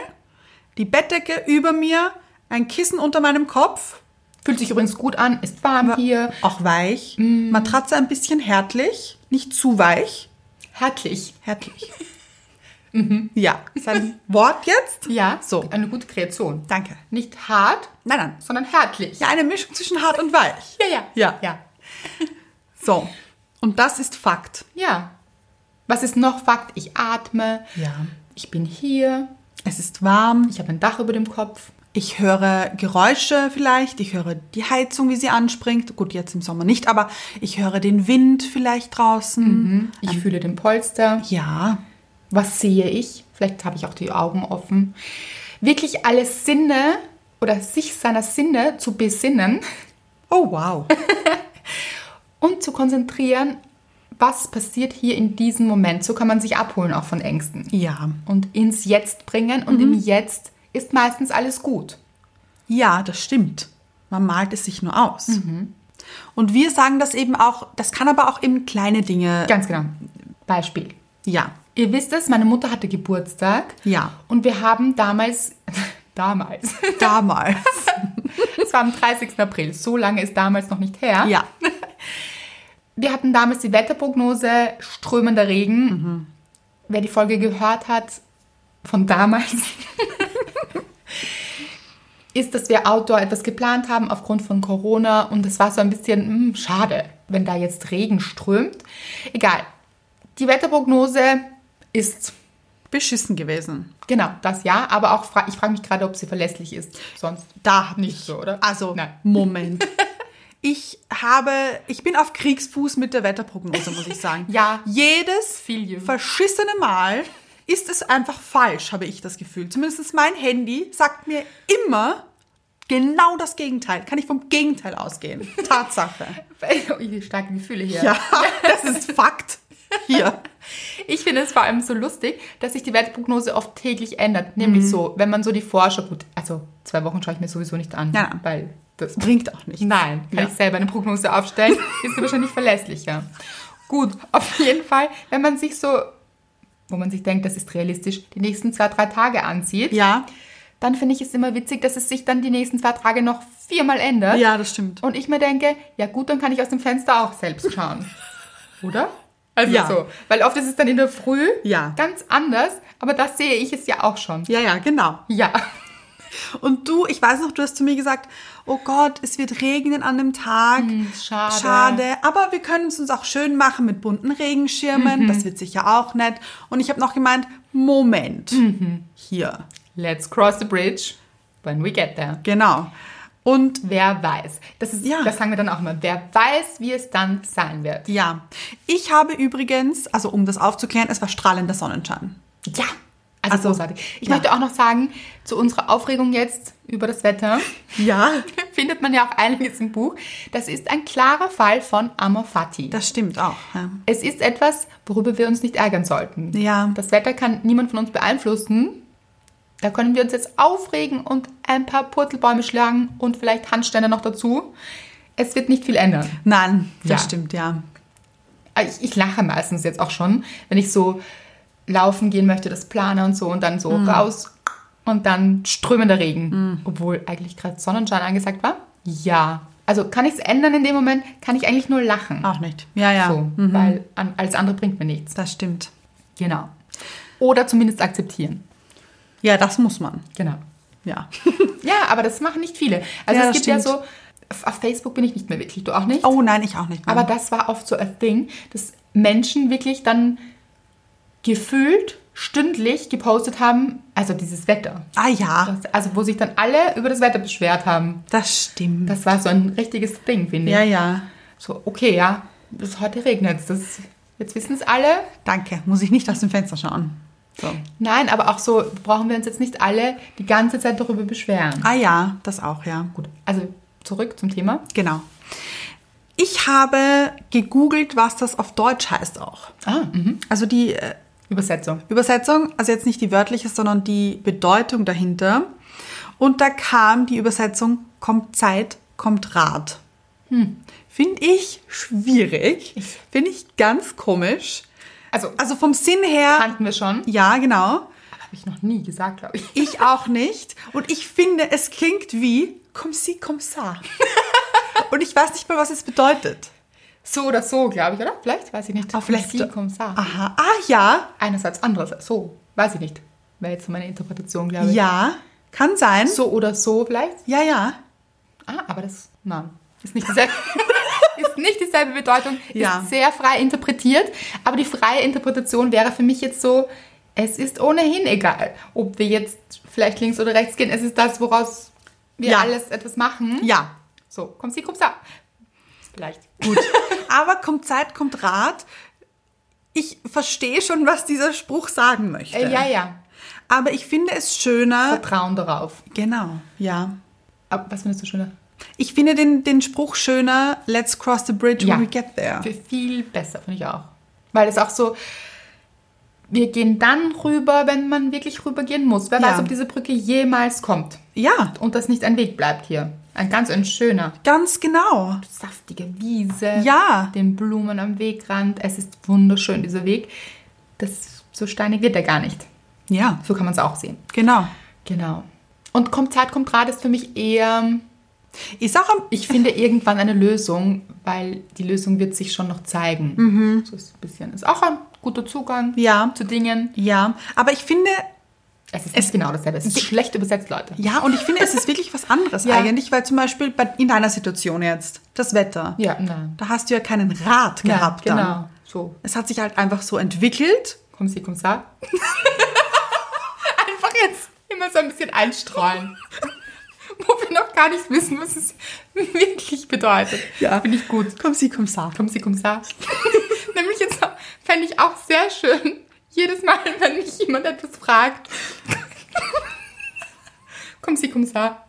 [SPEAKER 2] Die Bettdecke über mir, ein Kissen unter meinem Kopf.
[SPEAKER 1] Fühlt sich übrigens gut an, ist warm hier.
[SPEAKER 2] Auch weich.
[SPEAKER 1] Mm.
[SPEAKER 2] Matratze ein bisschen härtlich. Nicht zu weich.
[SPEAKER 1] Herrlich. [laughs]
[SPEAKER 2] Härtlich.
[SPEAKER 1] Mhm.
[SPEAKER 2] Ja, sein Wort jetzt?
[SPEAKER 1] Ja,
[SPEAKER 2] So.
[SPEAKER 1] Eine gute Kreation.
[SPEAKER 2] Danke.
[SPEAKER 1] Nicht hart,
[SPEAKER 2] Nein, nein.
[SPEAKER 1] sondern herzlich.
[SPEAKER 2] Ja, eine Mischung zwischen hart und weich.
[SPEAKER 1] ja, ja.
[SPEAKER 2] Ja.
[SPEAKER 1] ja.
[SPEAKER 2] So. Und das ist Fakt.
[SPEAKER 1] Ja. Was ist noch Fakt? Ich atme.
[SPEAKER 2] Ja.
[SPEAKER 1] Ich bin hier.
[SPEAKER 2] Es ist warm.
[SPEAKER 1] Ich habe ein Dach über dem Kopf.
[SPEAKER 2] Ich höre Geräusche vielleicht, ich höre die Heizung, wie sie anspringt. Gut, jetzt im Sommer nicht, aber ich höre den Wind vielleicht draußen.
[SPEAKER 1] Ich fühle den Polster.
[SPEAKER 2] Ja,
[SPEAKER 1] Was sehe ich? Vielleicht habe ich auch die Augen offen. Wirklich alle Sinne oder sich seiner Sinne zu besinnen
[SPEAKER 2] Oh, wow.
[SPEAKER 1] und zu konzentrieren, was passiert hier in diesem Moment. So kann man sich abholen auch von Ängsten.
[SPEAKER 2] Ja.
[SPEAKER 1] Und ins Jetzt bringen und im Jetzt ist meistens alles gut.
[SPEAKER 2] Ja, das stimmt. Man malt es sich nur aus. Und wir sagen das eben auch, das kann aber auch eben kleine Dinge.
[SPEAKER 1] Ganz genau. Beispiel.
[SPEAKER 2] Ja.
[SPEAKER 1] Ihr wisst es, meine Mutter hatte Geburtstag.
[SPEAKER 2] Ja.
[SPEAKER 1] Und wir haben damals, [laughs] damals, [laughs]
[SPEAKER 2] Damals.
[SPEAKER 1] es war am 30. April, so lange ist damals noch nicht her.
[SPEAKER 2] ja.
[SPEAKER 1] Wir hatten damals die Wetterprognose, strömender Regen.
[SPEAKER 2] Mhm.
[SPEAKER 1] Wer die Folge gehört hat von damals, [laughs] ist, dass wir Outdoor etwas geplant haben aufgrund von Corona und das war so ein bisschen hm, schade, wenn da jetzt Regen strömt. Egal. Die Wetterprognose ist
[SPEAKER 2] Beschissen gewesen.
[SPEAKER 1] genau das ja, aber auch fra ich frage mich gerade, ob sie verlässlich ist. Sonst [laughs]
[SPEAKER 2] Da hab
[SPEAKER 1] Nicht
[SPEAKER 2] ich,
[SPEAKER 1] so, oder?
[SPEAKER 2] Also,
[SPEAKER 1] Nein. [laughs]
[SPEAKER 2] Moment. Ich habe, ich bin auf Kriegsfuß mit der Wetterprognose, muss ich sagen.
[SPEAKER 1] [laughs] Ja.
[SPEAKER 2] Jedes
[SPEAKER 1] Feel you.
[SPEAKER 2] verschissene Mal ist es einfach falsch, habe ich das Gefühl. Zumindest mein Handy sagt mir immer genau das Gegenteil. Kann ich vom Gegenteil ausgehen.
[SPEAKER 1] [laughs]
[SPEAKER 2] Tatsache.
[SPEAKER 1] Ui, Oh, starke Gefühle hier.
[SPEAKER 2] Ja, das ist Fakt. Hier.
[SPEAKER 1] Ich finde es vor allem so lustig, dass sich die Wetterprognose oft täglich ändert.
[SPEAKER 2] Mhm.
[SPEAKER 1] Nämlich so, wenn man so die Vorschau, gut, also zwei Wochen schaue ich mir sowieso nicht an,
[SPEAKER 2] Nein, nein.
[SPEAKER 1] weil das.
[SPEAKER 2] Bringt auch nicht.
[SPEAKER 1] Nein, kann
[SPEAKER 2] Ja.
[SPEAKER 1] ich selber eine Prognose aufstellen, ist sie wahrscheinlich verlässlicher. Gut, auf jeden Fall, wenn man sich so, wo man sich denkt, das ist realistisch, die nächsten zwei, drei Tage ansieht,
[SPEAKER 2] Ja.
[SPEAKER 1] dann finde ich es immer witzig, dass es sich dann die nächsten zwei Tage noch viermal ändert.
[SPEAKER 2] Ja, das stimmt.
[SPEAKER 1] Und ich mir denke, ja gut, dann kann ich aus dem Fenster auch selbst schauen. Oder? Also
[SPEAKER 2] Ja.
[SPEAKER 1] so. Weil oft ist es dann in der Früh
[SPEAKER 2] Ja.
[SPEAKER 1] ganz anders, aber das sehe ich es ja auch schon.
[SPEAKER 2] Ja, ja, genau.
[SPEAKER 1] Ja.
[SPEAKER 2] Und du, ich weiß noch, du hast zu mir gesagt, oh Gott, es wird regnen an dem Tag.
[SPEAKER 1] Hm. schade.
[SPEAKER 2] Schade. Aber wir können es uns auch schön machen mit bunten Regenschirmen.
[SPEAKER 1] Mhm.
[SPEAKER 2] Das wird sicher auch nett. Und ich habe noch gemeint, Moment.
[SPEAKER 1] Mhm.
[SPEAKER 2] Hier.
[SPEAKER 1] Let's cross the bridge when we get there.
[SPEAKER 2] Genau. Und
[SPEAKER 1] Wer weiß. Das, ist,
[SPEAKER 2] Ja.
[SPEAKER 1] das sagen wir dann auch immer. Wer weiß, wie es dann sein wird.
[SPEAKER 2] ja, ich habe übrigens, also um das aufzuklären, es war strahlender Sonnenschein.
[SPEAKER 1] Ja. Also,
[SPEAKER 2] Also,
[SPEAKER 1] großartig. Ich
[SPEAKER 2] ja.
[SPEAKER 1] möchte auch noch sagen, zu unserer Aufregung jetzt über das Wetter [laughs]
[SPEAKER 2] Ja.
[SPEAKER 1] findet man ja auch einiges im Buch. Das ist ein klarer Fall von Amor Fati.
[SPEAKER 2] Das stimmt auch. Ja.
[SPEAKER 1] Es ist etwas, worüber wir uns nicht ärgern sollten.
[SPEAKER 2] Ja.
[SPEAKER 1] Das Wetter kann niemand von uns beeinflussen. Da können wir uns jetzt aufregen und ein paar Purzelbäume schlagen und vielleicht Handstände noch dazu. Es wird nicht viel ändern.
[SPEAKER 2] Nein, das
[SPEAKER 1] Ja.
[SPEAKER 2] stimmt, ja.
[SPEAKER 1] Aber Ich, ich lache meistens jetzt auch schon, wenn ich so laufen gehen möchte, das plane und so und dann so
[SPEAKER 2] Mhm.
[SPEAKER 1] raus und dann strömender Regen. Obwohl eigentlich gerade Sonnenschein angesagt war. Ja. Also kann ich es ändern in dem Moment? Kann ich eigentlich nur lachen.
[SPEAKER 2] Auch nicht. Ja, ja. Hm, Mhm.
[SPEAKER 1] So, Weil an, alles andere bringt mir nichts.
[SPEAKER 2] Das stimmt.
[SPEAKER 1] Genau. Oder zumindest akzeptieren.
[SPEAKER 2] Ja, das muss man.
[SPEAKER 1] Genau. [laughs]
[SPEAKER 2] Ja.
[SPEAKER 1] Ja, aber das machen nicht viele. Also
[SPEAKER 2] Ja,
[SPEAKER 1] es
[SPEAKER 2] das
[SPEAKER 1] gibt ja
[SPEAKER 2] stimmt.
[SPEAKER 1] so, auf- auf Facebook bin ich nicht mehr wirklich, du auch nicht.
[SPEAKER 2] Oh nein, ich auch nicht. Mehr.
[SPEAKER 1] Aber das war oft so ein Ding, dass Menschen wirklich dann gefühlt stündlich gepostet haben, also dieses Wetter.
[SPEAKER 2] ah ja,
[SPEAKER 1] Das- Also wo sich dann alle über das Wetter beschwert haben.
[SPEAKER 2] das stimmt.
[SPEAKER 1] Das war so ein richtiges Ding, finde ich.
[SPEAKER 2] ja, ja.
[SPEAKER 1] So, okay, ja, bis heute regnet es. Jetzt wissen es alle,
[SPEAKER 2] Danke. Muss ich nicht aus dem Fenster schauen. So.
[SPEAKER 1] Nein, aber auch so brauchen wir uns jetzt nicht alle die ganze Zeit darüber beschweren.
[SPEAKER 2] Ah ja, das auch, ja.
[SPEAKER 1] Gut, also zurück zum Thema.
[SPEAKER 2] Genau. Ich habe gegoogelt, was das auf Deutsch heißt auch.
[SPEAKER 1] Ah, mhm.
[SPEAKER 2] Also die äh,
[SPEAKER 1] Übersetzung.
[SPEAKER 2] Übersetzung, also jetzt nicht die wörtliche, sondern die Bedeutung dahinter. Und da kam die Übersetzung, kommt Zeit, kommt Rat.
[SPEAKER 1] Hm.
[SPEAKER 2] Finde ich schwierig. Finde ich ganz komisch.
[SPEAKER 1] Also,
[SPEAKER 2] Also vom Sinn her,
[SPEAKER 1] kannten wir schon.
[SPEAKER 2] ja, genau.
[SPEAKER 1] Habe ich noch nie gesagt, glaube ich.
[SPEAKER 2] Ich auch nicht. Und ich finde, es klingt wie comme si,
[SPEAKER 1] [laughs]
[SPEAKER 2] comme ça. Und ich weiß nicht mal, was es bedeutet.
[SPEAKER 1] So oder so, glaube ich, oder? Vielleicht, weiß ich nicht.
[SPEAKER 2] Ah, vielleicht-
[SPEAKER 1] Sie, Kommissar.
[SPEAKER 2] Aha, ah ja,
[SPEAKER 1] Einerseits, andererseits. So, weiß ich nicht. Wäre jetzt so meine Interpretation, glaube ich.
[SPEAKER 2] ja, kann sein.
[SPEAKER 1] So oder so vielleicht.
[SPEAKER 2] Ja, ja,
[SPEAKER 1] Ah, aber das, nein, ist nicht dieselbe. [laughs] Ist nicht dieselbe Bedeutung,
[SPEAKER 2] Ja.
[SPEAKER 1] ist sehr frei interpretiert, aber die freie Interpretation wäre für mich jetzt so, Es ist ohnehin egal, ob wir jetzt vielleicht links oder rechts gehen. Es ist das, woraus wir
[SPEAKER 2] Ja.
[SPEAKER 1] alles etwas machen.
[SPEAKER 2] Ja,
[SPEAKER 1] So, kommst du, kommst du. Vielleicht.
[SPEAKER 2] gut. Aber kommt Zeit, kommt Rat. Ich verstehe schon, was dieser Spruch sagen möchte.
[SPEAKER 1] Äh, ja, ja.
[SPEAKER 2] Aber ich finde es schöner.
[SPEAKER 1] Vertrauen darauf.
[SPEAKER 2] Genau, ja.
[SPEAKER 1] Aber was findest du schöner?
[SPEAKER 2] Ich finde den, den Spruch schöner, let's cross the bridge
[SPEAKER 1] Ja.
[SPEAKER 2] when we get there.
[SPEAKER 1] Für viel besser, finde ich auch. Weil es auch so, wir gehen dann rüber, wenn man wirklich rübergehen muss. Wer
[SPEAKER 2] Ja.
[SPEAKER 1] weiß, ob diese Brücke jemals kommt
[SPEAKER 2] Ja,
[SPEAKER 1] und das nicht ein Weg bleibt hier. Ein ganz ein schöner,
[SPEAKER 2] ganz genau.
[SPEAKER 1] saftige Wiese.
[SPEAKER 2] Ja.
[SPEAKER 1] Den Blumen am Wegrand. Es ist wunderschön, dieser Weg. Das, so steinig wird er gar nicht.
[SPEAKER 2] Ja,
[SPEAKER 1] So kann man es auch sehen.
[SPEAKER 2] genau.
[SPEAKER 1] Genau. Und kommt Zeit, kommt Rat ist für mich eher,
[SPEAKER 2] Ist auch am,
[SPEAKER 1] ich finde irgendwann eine Lösung, weil die Lösung wird sich schon noch zeigen. So ist ein bisschen, ist auch ein guter Zugang
[SPEAKER 2] Ja.
[SPEAKER 1] zu Dingen.
[SPEAKER 2] ja, aber ich finde,
[SPEAKER 1] Es ist nicht genau dasselbe. Es ist schlecht übersetzt, Leute.
[SPEAKER 2] ja, und ich finde, es ist wirklich was anderes
[SPEAKER 1] [laughs] Ja.
[SPEAKER 2] eigentlich, weil zum Beispiel bei, in deiner Situation jetzt, das Wetter,
[SPEAKER 1] Ja, nein.
[SPEAKER 2] da hast du ja keinen Rat gehabt
[SPEAKER 1] ja,
[SPEAKER 2] dann.
[SPEAKER 1] genau. So,
[SPEAKER 2] Es hat sich halt einfach so entwickelt.
[SPEAKER 1] komm sie, komm sa. [laughs] Einfach jetzt immer so ein bisschen [laughs] einstreuen. Wo wir noch gar nicht wissen, was es wirklich bedeutet.
[SPEAKER 2] Ja.
[SPEAKER 1] Finde ich gut.
[SPEAKER 2] Komm sie, komm sag.
[SPEAKER 1] Komm sie, komm sa. [laughs] Nämlich jetzt fände ich auch sehr schön, jedes Mal, wenn mich jemand etwas fragt. [laughs] komm sie, komm sa.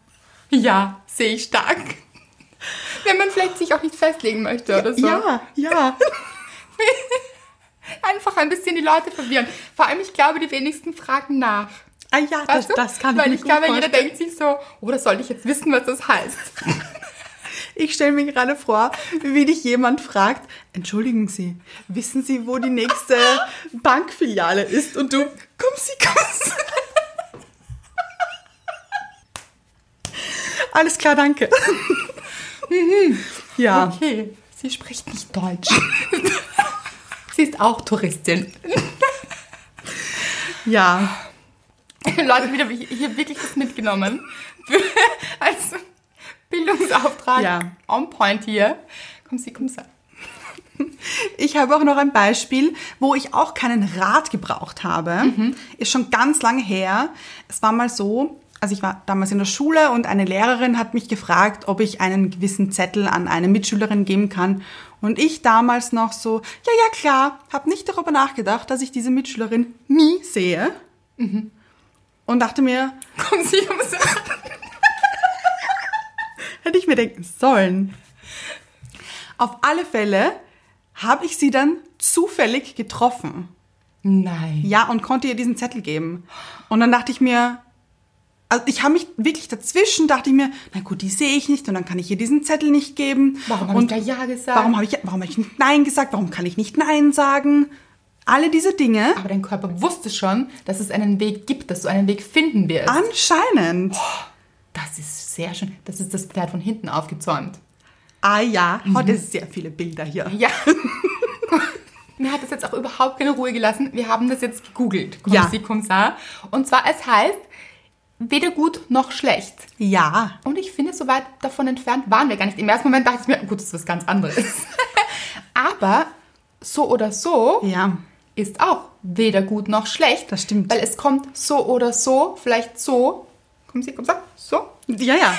[SPEAKER 1] Ja, sehe ich stark. Wenn man vielleicht sich auch nicht festlegen möchte oder so.
[SPEAKER 2] Ja, ja.
[SPEAKER 1] Einfach ein bisschen die Leute verwirren. Vor allem, ich glaube, die wenigsten fragen nach.
[SPEAKER 2] Ah ja, das,
[SPEAKER 1] Weißt du?
[SPEAKER 2] das kann ich
[SPEAKER 1] Weil
[SPEAKER 2] mir
[SPEAKER 1] ich
[SPEAKER 2] gut
[SPEAKER 1] glaube,
[SPEAKER 2] vorstellen.
[SPEAKER 1] jeder denkt sich so, oder soll ich jetzt wissen, was das heißt?
[SPEAKER 2] Ich stelle mir gerade vor, wie dich jemand fragt, entschuldigen Sie, wissen Sie, wo die nächste Bankfiliale ist? Und du, [laughs] komm Sie, komm Sie. Alles klar, danke. [laughs] Mhm. Ja,
[SPEAKER 1] Okay, sie spricht nicht Deutsch. [laughs] sie ist auch Touristin.
[SPEAKER 2] ja,
[SPEAKER 1] [laughs] Leute, wieder wie- hier wirklich was mitgenommen. Für- [laughs] Als Bildungsauftrag
[SPEAKER 2] Ja.
[SPEAKER 1] on point hier. Komm, sie, komm, sie.
[SPEAKER 2] ich habe auch noch ein Beispiel, wo ich auch keinen Rat gebraucht habe. Ist schon ganz lange her. Es war mal so, also ich war damals in der Schule und eine Lehrerin hat mich gefragt, ob ich einen gewissen Zettel an eine Mitschülerin geben kann. Und ich damals noch so, ja, ja, klar, habe nicht darüber nachgedacht, dass ich diese Mitschülerin nie sehe. Und dachte mir,
[SPEAKER 1] Komm, sie, komm, sie.
[SPEAKER 2] Hätte ich mir denken sollen. Auf alle Fälle habe ich sie dann zufällig getroffen.
[SPEAKER 1] Nein.
[SPEAKER 2] Ja, und konnte ihr diesen Zettel geben. Und dann dachte ich mir, also ich habe mich wirklich dazwischen, dachte ich mir, na gut, die sehe ich nicht und dann kann ich ihr diesen Zettel nicht geben.
[SPEAKER 1] Warum habe ich
[SPEAKER 2] Und
[SPEAKER 1] da Ja gesagt?
[SPEAKER 2] Warum habe ich, warum habe ich nicht Nein gesagt? Warum kann ich nicht Nein sagen? Alle diese Dinge.
[SPEAKER 1] Aber dein Körper wusste schon, dass es einen Weg gibt, dass du einen Weg finden wirst.
[SPEAKER 2] Anscheinend.
[SPEAKER 1] Ah. Das ist sehr schön. Das ist das Pferd von hinten aufgezäumt.
[SPEAKER 2] Ah ja, heute sehr viele Bilder hier.
[SPEAKER 1] Ja. [laughs] Mir hat das jetzt auch überhaupt keine Ruhe gelassen. Wir haben das jetzt gegoogelt.
[SPEAKER 2] Ja.
[SPEAKER 1] Kumsi, Kumsa. Und zwar, es heißt, weder gut noch schlecht.
[SPEAKER 2] Ja.
[SPEAKER 1] Und ich finde, so weit davon entfernt waren wir gar nicht. Im ersten Moment dachte ich mir, gut, das ist was ganz
[SPEAKER 2] [laughs]
[SPEAKER 1] anderes. Aber so oder so
[SPEAKER 2] Ja.
[SPEAKER 1] ist auch weder gut noch schlecht.
[SPEAKER 2] Das stimmt.
[SPEAKER 1] Weil es kommt so oder so, vielleicht so. Kommen Sie, kommen Sie, so.
[SPEAKER 2] Ja, ja.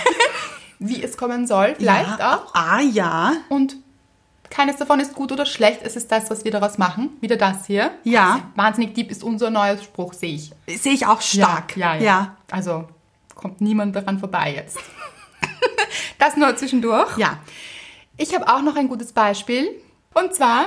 [SPEAKER 1] Wie es kommen soll, vielleicht
[SPEAKER 2] ja.
[SPEAKER 1] auch.
[SPEAKER 2] Ah ja.
[SPEAKER 1] Und keines davon ist gut oder schlecht. Es ist das, was wir daraus machen. Wieder das hier.
[SPEAKER 2] Ja.
[SPEAKER 1] Wahnsinnig deep ist unser neuer Spruch, sehe ich.
[SPEAKER 2] sehe ich auch stark.
[SPEAKER 1] Ja, ja, ja. Also kommt niemand daran vorbei
[SPEAKER 2] [laughs]
[SPEAKER 1] jetzt. das nur zwischendurch.
[SPEAKER 2] Ja. Ja.
[SPEAKER 1] Ich habe auch noch ein gutes Beispiel. Und zwar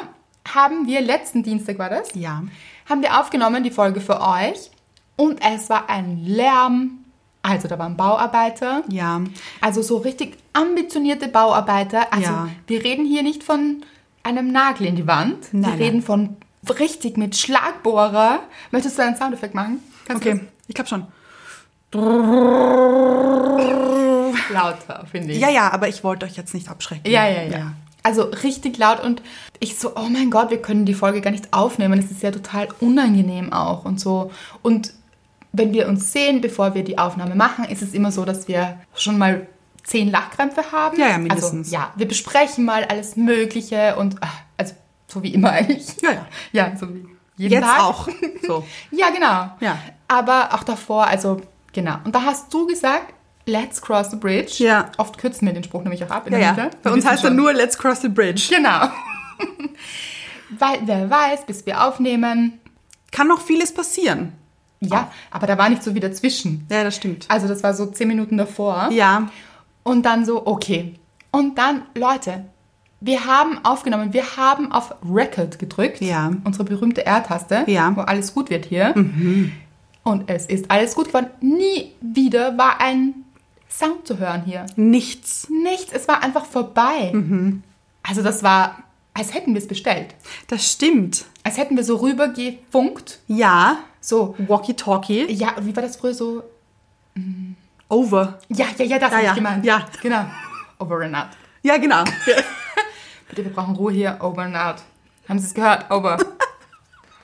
[SPEAKER 1] haben wir letzten Dienstag, war das?
[SPEAKER 2] Ja.
[SPEAKER 1] Haben wir aufgenommen die Folge für euch. Und es war ein Lärm. Also da waren Bauarbeiter.
[SPEAKER 2] Ja.
[SPEAKER 1] Also so richtig ambitionierte Bauarbeiter. Also
[SPEAKER 2] Ja.
[SPEAKER 1] wir reden hier nicht von einem Nagel in die Wand. wir
[SPEAKER 2] Nein, nein.
[SPEAKER 1] reden von richtig mit Schlagbohrer. Möchtest du einen Soundeffekt machen? Kannst du
[SPEAKER 2] Okay, ich glaube schon.
[SPEAKER 1] das lauter, finde ich.
[SPEAKER 2] Ja, ja, aber ich wollte euch jetzt nicht abschrecken.
[SPEAKER 1] Ja, ja, ja. Also richtig laut und ich so, oh mein Gott, wir können die Folge gar nicht aufnehmen. Es ist ja total unangenehm auch und so. Und wenn wir uns sehen, bevor wir die Aufnahme machen, ist es immer so, dass wir schon mal zehn Lachkrämpfe haben.
[SPEAKER 2] Ja, ja, mindestens.
[SPEAKER 1] Also, ja, wir besprechen mal alles Mögliche und ah, also so wie immer eigentlich.
[SPEAKER 2] Ja, ja.
[SPEAKER 1] [laughs] Ja, so wie Jeden
[SPEAKER 2] Jetzt
[SPEAKER 1] Tag?
[SPEAKER 2] auch.
[SPEAKER 1] [laughs]
[SPEAKER 2] So.
[SPEAKER 1] Ja, genau.
[SPEAKER 2] Ja.
[SPEAKER 1] Aber auch davor, also genau. Und da hast du gesagt, let's cross the bridge.
[SPEAKER 2] Ja.
[SPEAKER 1] Oft kürzen wir den Spruch nämlich auch ab. In
[SPEAKER 2] Ja,
[SPEAKER 1] der
[SPEAKER 2] ja.
[SPEAKER 1] Mitte.
[SPEAKER 2] Bei
[SPEAKER 1] Wir
[SPEAKER 2] uns
[SPEAKER 1] wissen
[SPEAKER 2] heißt er
[SPEAKER 1] schon.
[SPEAKER 2] nur Let's Cross the Bridge.
[SPEAKER 1] Genau. [laughs] Weil wer weiß, bis wir aufnehmen.
[SPEAKER 2] Kann noch vieles passieren. Ah.
[SPEAKER 1] Ja, aber da war nicht so viel dazwischen.
[SPEAKER 2] Ja, das stimmt.
[SPEAKER 1] Also das war so zehn Minuten davor.
[SPEAKER 2] Also, Ja,
[SPEAKER 1] Und dann so, okay. Und dann, Leute, wir haben aufgenommen, wir haben auf Record gedrückt.
[SPEAKER 2] Ja.
[SPEAKER 1] Unsere berühmte R-Taste,
[SPEAKER 2] Ja. Mhm.
[SPEAKER 1] wo alles gut wird hier. Und es ist alles gut geworden. Nie wieder war ein Sound zu hören hier.
[SPEAKER 2] nichts.
[SPEAKER 1] Nichts, es war einfach vorbei.
[SPEAKER 2] Mhm.
[SPEAKER 1] Also das war, als hätten wir es bestellt.
[SPEAKER 2] Das stimmt.
[SPEAKER 1] Als hätten wir so rübergefunkt.
[SPEAKER 2] Ja,
[SPEAKER 1] So,
[SPEAKER 2] Walkie-Talkie.
[SPEAKER 1] ja, wie war das früher so?
[SPEAKER 2] Over.
[SPEAKER 1] Ja, ja, ja, das
[SPEAKER 2] Ja,
[SPEAKER 1] habe
[SPEAKER 2] ja,
[SPEAKER 1] ich gemeint.
[SPEAKER 2] ja.
[SPEAKER 1] Genau. Over and out. [laughs]
[SPEAKER 2] Ja, genau.
[SPEAKER 1] Bitte, wir brauchen Ruhe hier. Over and out. Haben Sie es gehört?
[SPEAKER 2] [laughs]
[SPEAKER 1] Over.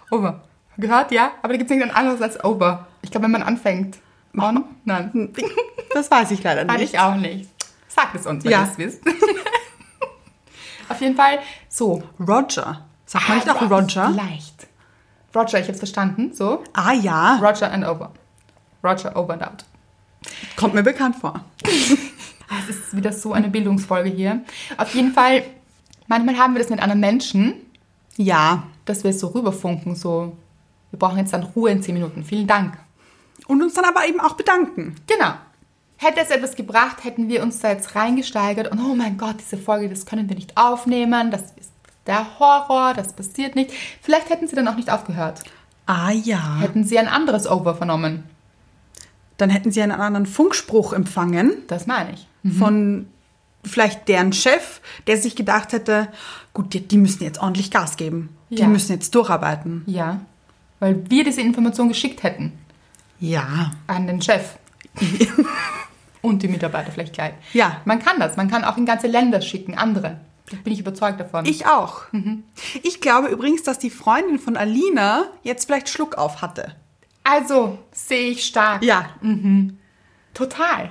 [SPEAKER 1] Over. Gehört, ja? Aber da gibt es irgendein anderes als over. Ich glaube, wenn man anfängt. On? Nein.
[SPEAKER 2] Das weiß ich leider
[SPEAKER 1] Kann
[SPEAKER 2] nicht.
[SPEAKER 1] ich auch nicht. Sagt es uns, wenn
[SPEAKER 2] Ja.
[SPEAKER 1] ihr es wisst. [laughs] Auf jeden Fall so.
[SPEAKER 2] Roger. Sagt man nicht auch
[SPEAKER 1] Ro-
[SPEAKER 2] Roger?
[SPEAKER 1] Vielleicht. Roger, ich habe es verstanden. So.
[SPEAKER 2] Ah ja,
[SPEAKER 1] Roger and over. Roger, over and out.
[SPEAKER 2] kommt mir bekannt vor.
[SPEAKER 1] Es ist wieder so eine Bildungsfolge hier. Auf jeden Fall, manchmal haben wir das mit anderen Menschen.
[SPEAKER 2] Ja.
[SPEAKER 1] dass wir es so rüberfunken, so, wir brauchen jetzt dann Ruhe in 10 Minuten. Vielen Dank.
[SPEAKER 2] Und uns dann aber eben auch bedanken.
[SPEAKER 1] Genau. Hätte es etwas gebracht, hätten wir uns da jetzt reingesteigert und oh mein Gott, diese Folge, das können wir nicht aufnehmen, das ist der Horror, das passiert nicht. Vielleicht hätten sie dann auch nicht aufgehört.
[SPEAKER 2] Ah ja.
[SPEAKER 1] Hätten sie ein anderes Over vernommen.
[SPEAKER 2] Dann hätten sie einen anderen Funkspruch empfangen
[SPEAKER 1] Das meine ich.
[SPEAKER 2] von vielleicht deren Chef, der sich gedacht hätte, gut, die, die müssen jetzt ordentlich Gas geben. Die
[SPEAKER 1] Ja.
[SPEAKER 2] müssen jetzt durcharbeiten.
[SPEAKER 1] Ja. Weil wir diese Information geschickt hätten
[SPEAKER 2] Ja.
[SPEAKER 1] an den Chef. [laughs] und die Mitarbeiter vielleicht gleich.
[SPEAKER 2] Ja.
[SPEAKER 1] Man kann das. Man kann auch in ganze Länder schicken, andere. Da bin ich überzeugt davon.
[SPEAKER 2] Ich auch.
[SPEAKER 1] Mhm.
[SPEAKER 2] Ich glaube übrigens, dass die Freundin von Alina jetzt vielleicht Schluck auf hatte.
[SPEAKER 1] also, sehe ich stark.
[SPEAKER 2] Ja. Mhm.
[SPEAKER 1] Total.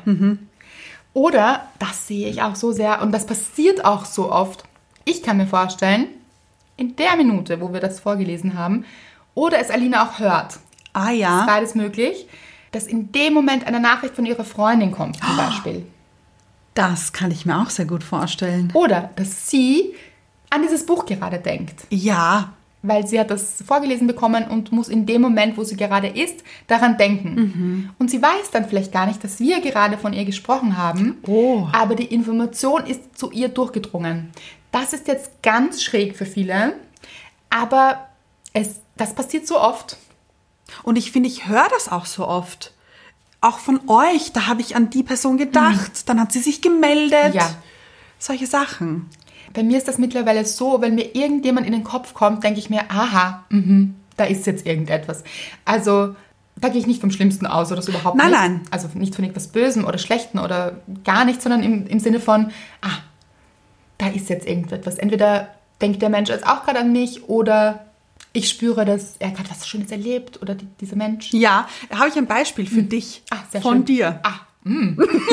[SPEAKER 1] Oder, das sehe ich auch so sehr und das passiert auch so oft. Ich kann mir vorstellen, in der Minute, wo wir das vorgelesen haben, oder es Alina auch hört,
[SPEAKER 2] Ah ja.
[SPEAKER 1] beides möglich, dass in dem Moment eine Nachricht von ihrer Freundin kommt, zum
[SPEAKER 2] Ah.
[SPEAKER 1] Beispiel.
[SPEAKER 2] Das kann ich mir auch sehr gut vorstellen.
[SPEAKER 1] Oder dass sie an dieses Buch gerade denkt,
[SPEAKER 2] Ja.
[SPEAKER 1] weil sie hat das vorgelesen bekommen und muss in dem Moment, wo sie gerade ist, daran denken. Und sie weiß dann vielleicht gar nicht, dass wir gerade von ihr gesprochen haben,
[SPEAKER 2] Oh.
[SPEAKER 1] aber die Information ist zu ihr durchgedrungen. Das ist jetzt ganz schräg für viele, aber es, das passiert so oft.
[SPEAKER 2] Und ich finde, ich höre das auch so oft. Auch von euch, da habe ich an die Person gedacht, dann hat sie sich gemeldet.
[SPEAKER 1] Mhm. Ja.
[SPEAKER 2] Solche Sachen.
[SPEAKER 1] Bei mir ist das mittlerweile so, wenn mir irgendjemand in den Kopf kommt, denke ich mir, aha, mhm, da ist jetzt irgendetwas. Also da gehe ich nicht vom Schlimmsten aus oder so überhaupt
[SPEAKER 2] Nein,
[SPEAKER 1] nicht.
[SPEAKER 2] nein.
[SPEAKER 1] Also nicht von irgendwas Bösem oder Schlechtem oder gar nichts, sondern im, im Sinne von, ah, da ist jetzt irgendetwas. Entweder denkt der Mensch jetzt auch gerade an mich oder ich spüre, dass er gerade was Schönes erlebt oder die, dieser Mensch.
[SPEAKER 2] Ja, da habe ich ein Beispiel für dich.
[SPEAKER 1] Ah, sehr
[SPEAKER 2] von
[SPEAKER 1] schön.
[SPEAKER 2] dir.
[SPEAKER 1] Ah, mm.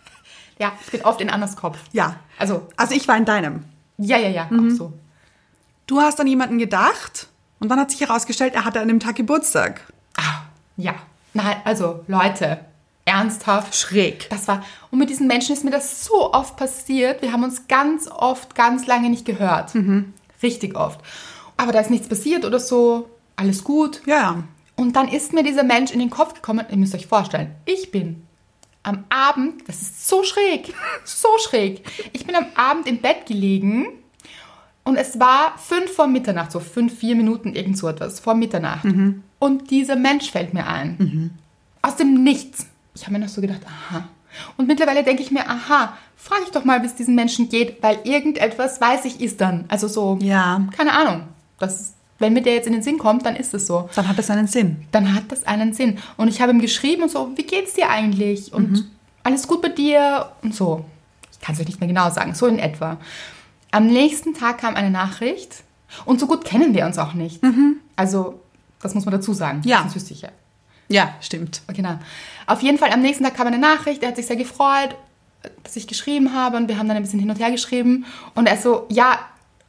[SPEAKER 1] [laughs] ja, es geht oft in Annas Kopf.
[SPEAKER 2] Ja.
[SPEAKER 1] Also,
[SPEAKER 2] Also ich war in deinem.
[SPEAKER 1] ja, ja, ja,
[SPEAKER 2] Mhm.
[SPEAKER 1] auch so.
[SPEAKER 2] Du hast an jemanden gedacht und dann hat sich herausgestellt, er hatte an dem Tag Geburtstag.
[SPEAKER 1] Ah, ja. Nein, also Leute, ernsthaft.
[SPEAKER 2] Schräg.
[SPEAKER 1] Das war, und mit diesen Menschen ist mir das so oft passiert. Wir haben uns ganz oft, ganz lange nicht gehört. Richtig oft. Aber da ist nichts passiert oder so. Alles gut.
[SPEAKER 2] Ja, ja.
[SPEAKER 1] Und dann ist mir dieser Mensch in den Kopf gekommen. Ihr müsst euch vorstellen, ich bin am Abend, das ist so schräg, [laughs] so schräg. Ich bin am Abend im Bett gelegen und es war fünf vor Mitternacht, so fünf, vier Minuten, irgend so etwas, vor Mitternacht. Und dieser Mensch fällt mir ein. Aus dem Nichts. Ich habe mir noch so gedacht, aha. Und mittlerweile denke ich mir, aha, frage ich doch mal, wie es diesen Menschen geht, weil irgendetwas weiß ich ist dann. Also so,
[SPEAKER 2] Ja.
[SPEAKER 1] keine Ahnung. Das, wenn mir der jetzt in den Sinn kommt, dann ist es so
[SPEAKER 2] Dann hat es einen Sinn.
[SPEAKER 1] dann hat das einen Sinn. Und ich habe ihm geschrieben und so, wie geht's dir eigentlich? Und alles gut bei dir? Und so. Ich kann es euch nicht mehr genau sagen, so in etwa. Am nächsten Tag kam eine Nachricht und so gut kennen wir uns auch nicht. Also, das muss man dazu sagen.
[SPEAKER 2] Ja.
[SPEAKER 1] Sonst wüsste ich ja.
[SPEAKER 2] Ja, stimmt.
[SPEAKER 1] Genau. Auf jeden Fall, am nächsten Tag kam eine Nachricht, er hat sich sehr gefreut, dass ich geschrieben habe und wir haben dann ein bisschen hin und her geschrieben. Und er so, ja,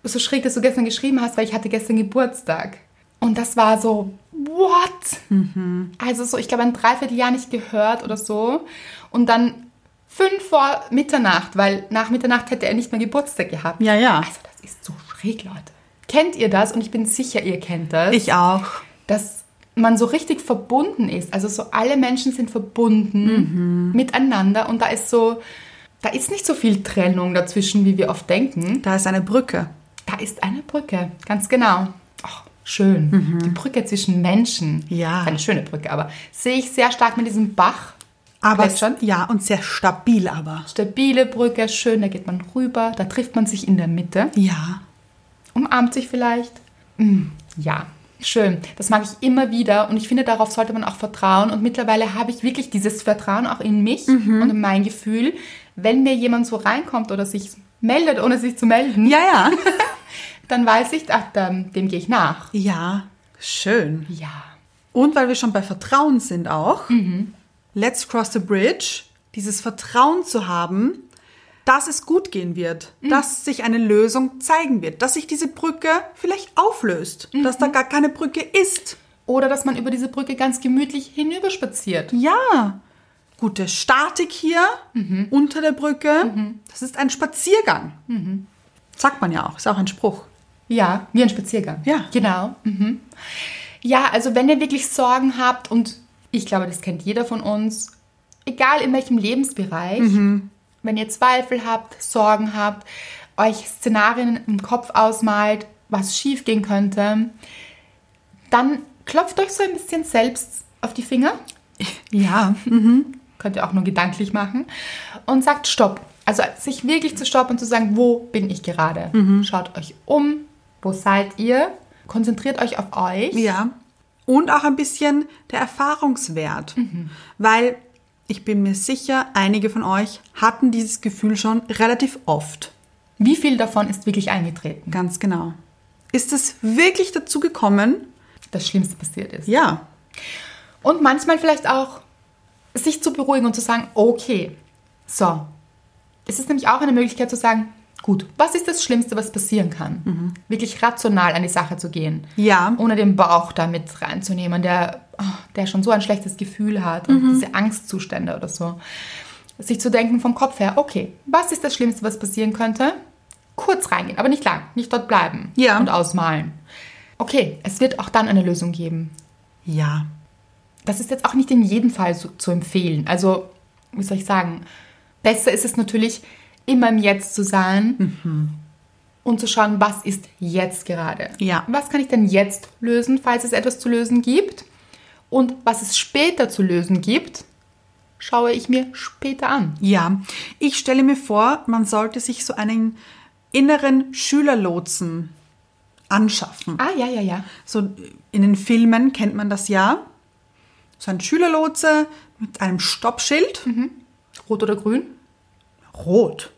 [SPEAKER 1] so schräg, dass du gestern geschrieben hast, weil ich hatte gestern Geburtstag. Und das war so, what? Also so, ich glaube, ein Dreivierteljahr nicht gehört oder so. Und dann fünf vor Mitternacht, weil nach Mitternacht hätte er nicht mehr Geburtstag gehabt.
[SPEAKER 2] Ja, ja.
[SPEAKER 1] Also das ist so schräg, Leute. Kennt ihr das? Und ich bin sicher, ihr kennt das.
[SPEAKER 2] Ich auch.
[SPEAKER 1] dass man so richtig verbunden ist. Also so alle Menschen sind
[SPEAKER 2] Mhm.
[SPEAKER 1] verbunden miteinander und da ist so, da ist nicht so viel Trennung dazwischen, wie wir oft denken.
[SPEAKER 2] Da ist eine Brücke.
[SPEAKER 1] Da ist eine Brücke, ganz genau. Ach, schön. Die Brücke zwischen Menschen.
[SPEAKER 2] Mhm. Ja.
[SPEAKER 1] Eine schöne Brücke, aber sehe ich sehr stark mit diesem Bach.
[SPEAKER 2] Aber
[SPEAKER 1] Plätschern.
[SPEAKER 2] ja, und sehr stabil aber.
[SPEAKER 1] Stabile Brücke, schön, da geht man rüber, da trifft man sich in der Mitte,
[SPEAKER 2] Ja.
[SPEAKER 1] umarmt sich vielleicht. Mm, ja, schön. Das mag ich immer wieder und ich finde, darauf sollte man auch vertrauen. Und mittlerweile habe ich wirklich dieses Vertrauen auch in mich und in mein Gefühl, wenn mir jemand so reinkommt oder sich meldet, ohne sich zu melden,
[SPEAKER 2] Ja, ja. [laughs]
[SPEAKER 1] dann weiß ich, ach, dem, dem gehe ich nach.
[SPEAKER 2] ja, schön.
[SPEAKER 1] Ja.
[SPEAKER 2] Und weil wir schon bei Vertrauen sind auch, let's cross the bridge, dieses Vertrauen zu haben, dass es gut gehen wird, dass sich eine Lösung zeigen wird, dass sich diese Brücke vielleicht auflöst, dass da gar keine Brücke ist.
[SPEAKER 1] Oder dass man über diese Brücke ganz gemütlich hinüberspaziert.
[SPEAKER 2] Ja, gute Statik hier unter der Brücke. Das ist ein Spaziergang. Sagt man ja auch, ist auch ein Spruch.
[SPEAKER 1] Ja, wie ein Spaziergang.
[SPEAKER 2] Ja.
[SPEAKER 1] Genau. Mhm. Ja, also wenn ihr wirklich Sorgen habt und ich glaube, das kennt jeder von uns, egal in welchem Lebensbereich, wenn ihr Zweifel habt, Sorgen habt, euch Szenarien im Kopf ausmalt, was schiefgehen könnte, dann klopft euch so ein bisschen selbst auf die Finger Mhm.
[SPEAKER 2] Ja,
[SPEAKER 1] könnt ihr auch nur gedanklich machen, und sagt Stopp. Also sich wirklich zu stoppen und zu sagen, wo bin ich gerade?
[SPEAKER 2] Mhm.
[SPEAKER 1] Schaut euch um, wo seid ihr? Konzentriert euch auf euch.
[SPEAKER 2] Ja. Und auch ein bisschen der Erfahrungswert. Weil ich bin mir sicher, einige von euch hatten dieses Gefühl schon relativ oft.
[SPEAKER 1] Wie viel davon ist wirklich eingetreten?
[SPEAKER 2] Ganz genau. Ist es wirklich dazu gekommen?
[SPEAKER 1] Das Schlimmste passiert ist.
[SPEAKER 2] Ja.
[SPEAKER 1] Und manchmal vielleicht auch sich zu beruhigen und zu sagen, okay, so. Es ist nämlich auch eine Möglichkeit zu sagen, gut, was ist das Schlimmste, was passieren kann? Wirklich rational an die Sache zu gehen.
[SPEAKER 2] Mhm. Ja.
[SPEAKER 1] Ohne den Bauch da mit reinzunehmen, der, oh, der schon so ein schlechtes Gefühl hat
[SPEAKER 2] Mhm.
[SPEAKER 1] und diese Angstzustände oder so. Sich zu denken vom Kopf her, okay, was ist das Schlimmste, was passieren könnte? Kurz reingehen, aber nicht lang, nicht dort bleiben
[SPEAKER 2] Ja.
[SPEAKER 1] und ausmalen. Okay, es wird auch dann eine Lösung geben
[SPEAKER 2] Ja.
[SPEAKER 1] das ist jetzt auch nicht in jedem Fall so, zu empfehlen. Also, wie soll ich sagen, besser ist es natürlich, immer im Jetzt zu sein
[SPEAKER 2] Mhm.
[SPEAKER 1] und zu schauen, was ist jetzt gerade.
[SPEAKER 2] Ja.
[SPEAKER 1] Was kann ich denn jetzt lösen, falls es etwas zu lösen gibt? Und was es später zu lösen gibt, schaue ich mir später an.
[SPEAKER 2] Ja. Ich stelle mir vor, man sollte sich so einen inneren Schülerlotsen anschaffen.
[SPEAKER 1] Ah, ja, ja, ja.
[SPEAKER 2] So in den Filmen kennt man das ja. So ein Schülerlotse mit einem Stoppschild.
[SPEAKER 1] Rot oder grün?
[SPEAKER 2] Rot.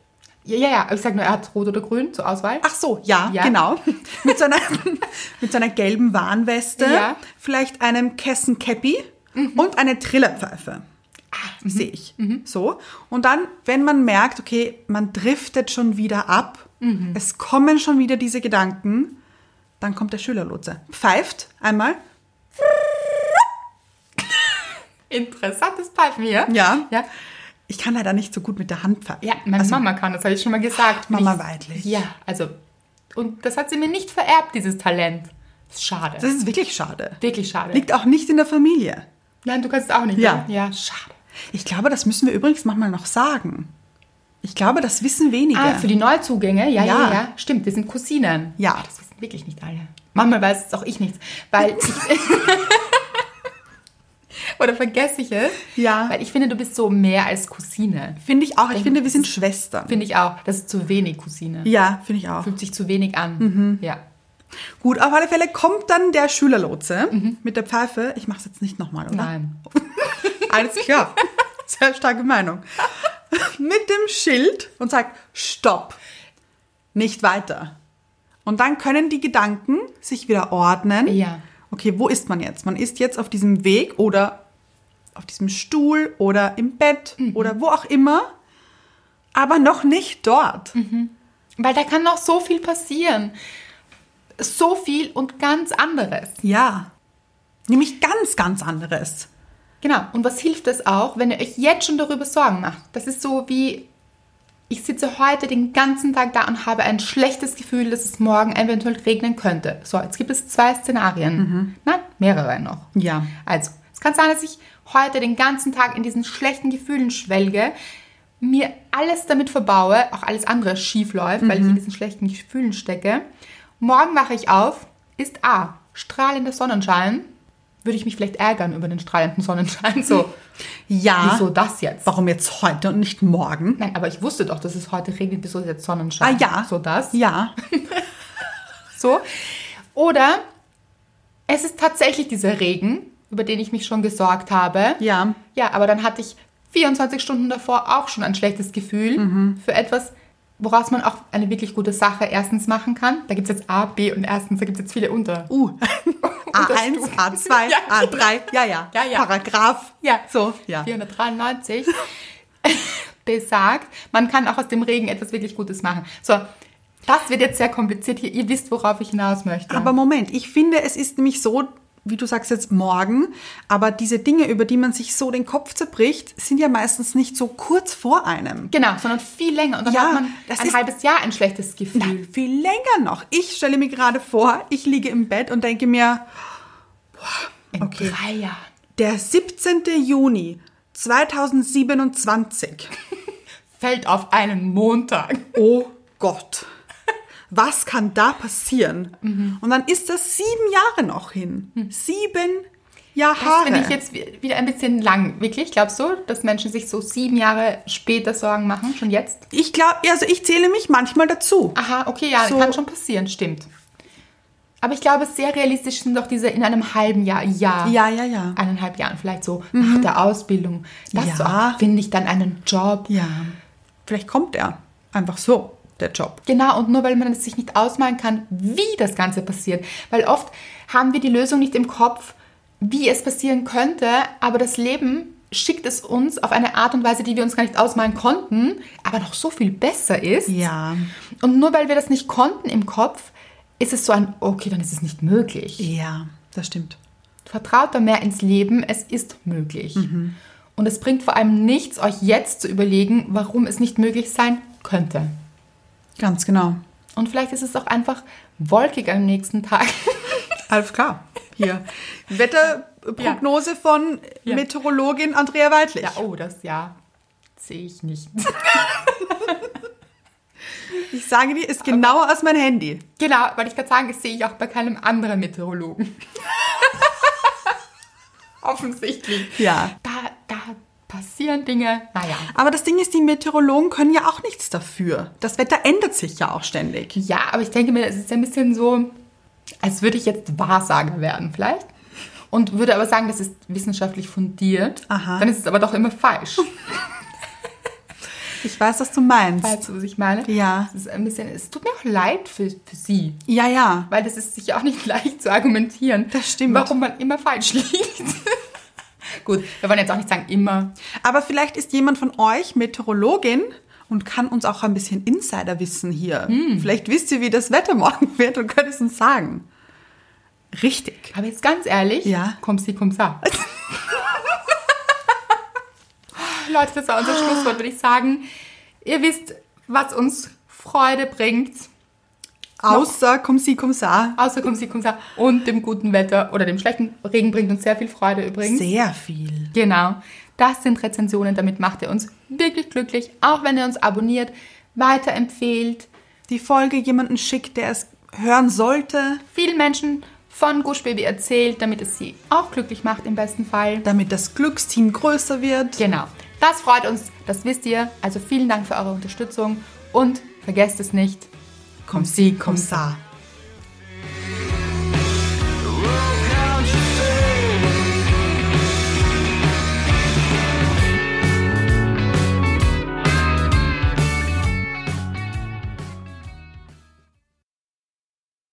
[SPEAKER 1] Ja, ja, ja. Ich sage nur, er hat rot oder grün zur Auswahl.
[SPEAKER 2] Ach so, ja,
[SPEAKER 1] Ja.
[SPEAKER 2] genau. [laughs] Mit so, einer, mit so einer gelben Warnweste,
[SPEAKER 1] Ja. Mhm.
[SPEAKER 2] vielleicht einem Kessenkäppi und eine Trillerpfeife.
[SPEAKER 1] Ah,
[SPEAKER 2] Sehe ich. So. Und dann, wenn man merkt, okay, man driftet schon wieder ab,
[SPEAKER 1] Mhm.
[SPEAKER 2] es kommen schon wieder diese Gedanken, dann kommt der Schülerlotse. Pfeift einmal.
[SPEAKER 1] Interessantes Pfeifen hier.
[SPEAKER 2] Ja.
[SPEAKER 1] Ja,
[SPEAKER 2] Ich kann leider nicht so gut mit der Hand pfeifen.
[SPEAKER 1] Ja, meine Mama kann, das habe ich schon mal gesagt.
[SPEAKER 2] Also, Mama
[SPEAKER 1] ich,
[SPEAKER 2] Weidlich.
[SPEAKER 1] Ja, also, und das hat sie mir nicht vererbt, dieses Talent. Ist schade.
[SPEAKER 2] Das ist wirklich schade.
[SPEAKER 1] Wirklich schade.
[SPEAKER 2] Liegt auch nicht in der Familie.
[SPEAKER 1] Nein, du kannst es auch nicht.
[SPEAKER 2] Ja.
[SPEAKER 1] oder? Ja, schade.
[SPEAKER 2] Ich glaube, das müssen wir übrigens manchmal noch sagen. Ich glaube, das wissen wenige.
[SPEAKER 1] Ah, für die Neuzugänge, ja, ja,
[SPEAKER 2] Ja.
[SPEAKER 1] ja, Stimmt, wir sind Cousinen.
[SPEAKER 2] Ja.
[SPEAKER 1] Das wissen wirklich nicht alle. Manchmal weiß es auch ich nichts, weil ich. [laughs] Oder vergesse ich es?
[SPEAKER 2] Ja.
[SPEAKER 1] Weil ich finde, du bist so mehr als Cousine.
[SPEAKER 2] Finde ich auch. Ich finde, wir sind Schwestern.
[SPEAKER 1] Finde ich auch. Das ist zu wenig Cousine.
[SPEAKER 2] Ja, Mhm. finde ich auch.
[SPEAKER 1] Fühlt sich zu wenig an. Ja.
[SPEAKER 2] Gut, auf alle Fälle kommt dann der Schülerlotse mit der Pfeife. Ich mache es jetzt nicht nochmal, oder?
[SPEAKER 1] Nein.
[SPEAKER 2] [laughs] Alles klar. Sehr starke [laughs] Meinung. mit dem Schild und sagt, stopp, nicht weiter. Und dann können die Gedanken sich wieder ordnen.
[SPEAKER 1] Ja.
[SPEAKER 2] Okay, wo ist man jetzt? Man ist jetzt auf diesem Weg oder auf diesem Stuhl oder im Bett oder wo auch immer, aber noch nicht dort.
[SPEAKER 1] Weil da kann noch so viel passieren. so viel und ganz anderes.
[SPEAKER 2] Ja. Nämlich ganz, ganz anderes.
[SPEAKER 1] Genau. Und was hilft das auch, wenn ihr euch jetzt schon darüber Sorgen macht? Das ist so wie, ich sitze heute den ganzen Tag da und habe ein schlechtes Gefühl, dass es morgen eventuell regnen könnte. So, jetzt gibt es zwei Szenarien. Nein, mehrere noch.
[SPEAKER 2] Ja.
[SPEAKER 1] Also, es kann sein, dass ich heute den ganzen Tag in diesen schlechten Gefühlen schwelge, mir alles damit verbaue, auch alles andere schief läuft, weil
[SPEAKER 2] Mhm.
[SPEAKER 1] ich in diesen schlechten Gefühlen stecke. Morgen wache ich auf, ist A, strahlender Sonnenschein. Würde ich mich vielleicht ärgern über den strahlenden Sonnenschein? So,
[SPEAKER 2] [laughs] Ja.
[SPEAKER 1] wieso das jetzt?
[SPEAKER 2] Warum jetzt heute und nicht morgen?
[SPEAKER 1] Nein, aber ich wusste doch, dass es heute regnet, wieso ist jetzt Sonnenschein?
[SPEAKER 2] Ah, ja.
[SPEAKER 1] So das.
[SPEAKER 2] Ja.
[SPEAKER 1] So. Oder es ist tatsächlich dieser Regen, über den ich mich schon gesorgt habe. [laughs]
[SPEAKER 2] Ja.
[SPEAKER 1] Ja, aber dann hatte ich 24 Stunden davor auch schon ein schlechtes Gefühl
[SPEAKER 2] Mhm.
[SPEAKER 1] für etwas, woraus man auch eine wirklich gute Sache erstens machen kann. Da gibt es jetzt A, B und erstens, da gibt es jetzt viele unter.
[SPEAKER 2] Uh. A1,
[SPEAKER 1] Unterstufen. [laughs]
[SPEAKER 2] A2,
[SPEAKER 1] Ja.
[SPEAKER 2] A3. Ja, ja.
[SPEAKER 1] Ja, ja.
[SPEAKER 2] Paragraph.
[SPEAKER 1] Ja,
[SPEAKER 2] So, ja.
[SPEAKER 1] 493 [laughs] besagt, man kann auch aus dem Regen etwas wirklich Gutes machen. So, das wird jetzt sehr kompliziert hier. Ihr wisst, worauf ich hinaus möchte.
[SPEAKER 2] Aber Moment, ich finde, es ist nämlich so, wie du sagst jetzt morgen, aber diese Dinge, über die man sich so den Kopf zerbricht, sind ja meistens nicht so kurz vor einem.
[SPEAKER 1] Genau, sondern viel länger. Und dann
[SPEAKER 2] Ja,
[SPEAKER 1] hat man
[SPEAKER 2] das
[SPEAKER 1] ein
[SPEAKER 2] ist-
[SPEAKER 1] halbes Jahr ein schlechtes Gefühl.
[SPEAKER 2] Viel, viel länger noch. Ich stelle mir gerade vor, ich liege im Bett und denke mir,
[SPEAKER 1] In
[SPEAKER 2] Okay.
[SPEAKER 1] drei Jahren.
[SPEAKER 2] der 17. Juni 2027.
[SPEAKER 1] Fällt auf einen Montag.
[SPEAKER 2] Oh Gott. Was kann da passieren? Und dann ist das sieben Jahre noch hin. Sieben
[SPEAKER 1] Das
[SPEAKER 2] Jahre.
[SPEAKER 1] finde ich jetzt wi- wieder ein bisschen lang. Wirklich, glaubst du, dass Menschen sich so sieben Jahre später Sorgen machen? Schon jetzt?
[SPEAKER 2] ich glaube, also ich zähle mich manchmal dazu.
[SPEAKER 1] Aha, okay, ja,
[SPEAKER 2] So.
[SPEAKER 1] kann schon passieren, stimmt. Aber ich glaube, sehr realistisch sind doch diese in einem halben Jahr, ja,
[SPEAKER 2] Ja, ja, ja. Mhm.
[SPEAKER 1] eineinhalb Jahren vielleicht so nach der Ausbildung. Das
[SPEAKER 2] Ja.
[SPEAKER 1] so, ach, finde ich dann einen Job.
[SPEAKER 2] Ja. Vielleicht kommt er. Einfach so, der Job.
[SPEAKER 1] Genau, und nur weil man es sich nicht ausmalen kann, wie das Ganze passiert. Weil oft haben wir die Lösung nicht im Kopf, wie es passieren könnte, aber das Leben schickt es uns auf eine Art und Weise, die wir uns gar nicht ausmalen konnten, aber noch so viel besser ist.
[SPEAKER 2] Ja.
[SPEAKER 1] Und nur weil wir das nicht konnten im Kopf, ist es so ein, okay, dann ist es nicht möglich.
[SPEAKER 2] Ja, das stimmt.
[SPEAKER 1] Vertraut da mehr ins Leben, es ist möglich.
[SPEAKER 2] Mhm.
[SPEAKER 1] Und es bringt vor allem nichts, euch jetzt zu überlegen, warum es nicht möglich sein könnte.
[SPEAKER 2] Ganz genau.
[SPEAKER 1] Und vielleicht ist es auch einfach wolkig am nächsten Tag.
[SPEAKER 2] Alles klar.
[SPEAKER 1] [laughs]
[SPEAKER 2] Hier. Wetterprognose von Meteorologin Andrea Weidlich.
[SPEAKER 1] Ja, oh, das ja. Sehe ich nicht.
[SPEAKER 2] Ich sage dir, ist genauer als mein Handy.
[SPEAKER 1] [laughs] genau, weil ich gerade sagen, das sehe ich auch bei keinem anderen Meteorologen. [laughs] Offensichtlich.
[SPEAKER 2] Ja.
[SPEAKER 1] Da, da passieren Dinge. Naja.
[SPEAKER 2] Aber das Ding ist, die Meteorologen können ja auch nichts dafür. Das Wetter ändert sich ja auch ständig.
[SPEAKER 1] Ja, aber ich denke mir, es ist ein bisschen so, als würde ich jetzt Wahrsager werden, vielleicht. Und würde aber sagen, das ist wissenschaftlich fundiert.
[SPEAKER 2] Aha.
[SPEAKER 1] Dann ist es aber doch immer [laughs] falsch.
[SPEAKER 2] Ich weiß, was du meinst.
[SPEAKER 1] weißt du, was ich meine?
[SPEAKER 2] Ja.
[SPEAKER 1] Es, ist ein bisschen, es tut mir auch leid für, für sie.
[SPEAKER 2] Ja, ja.
[SPEAKER 1] weil das ist sicher auch nicht [laughs] leicht zu argumentieren.
[SPEAKER 2] Das stimmt.
[SPEAKER 1] Warum man immer falsch liegt. [laughs] Gut, wir wollen jetzt auch nicht sagen immer.
[SPEAKER 2] Aber vielleicht ist jemand von euch Meteorologin und kann uns auch ein bisschen Insiderwissen hier. Vielleicht wisst ihr, wie das Wetter morgen wird und könnt es uns sagen. Richtig.
[SPEAKER 1] Aber jetzt ganz ehrlich,
[SPEAKER 2] Ja.
[SPEAKER 1] komm sie, komm sa. [laughs] Oh, Leute, das war unser Schlusswort, würde ich sagen. Ihr wisst, was uns Freude bringt,
[SPEAKER 2] Außer komm sie, komm sa.
[SPEAKER 1] außer komm sie, komm sa und dem guten Wetter oder dem schlechten Regen bringt uns sehr viel Freude übrigens.
[SPEAKER 2] Sehr viel.
[SPEAKER 1] Genau, das sind Rezensionen, damit macht ihr uns wirklich glücklich, auch wenn ihr uns abonniert, weiterempfehlt,
[SPEAKER 2] Die Folge jemanden schickt, der es hören sollte,
[SPEAKER 1] vielen Menschen von Gush Baby erzählt, damit es sie auch glücklich macht im besten Fall.
[SPEAKER 2] damit das Glücksteam größer wird.
[SPEAKER 1] Genau. Das freut uns, das wisst ihr. Also vielen Dank für eure Unterstützung und vergesst es nicht.
[SPEAKER 2] Komm sie, komm sa.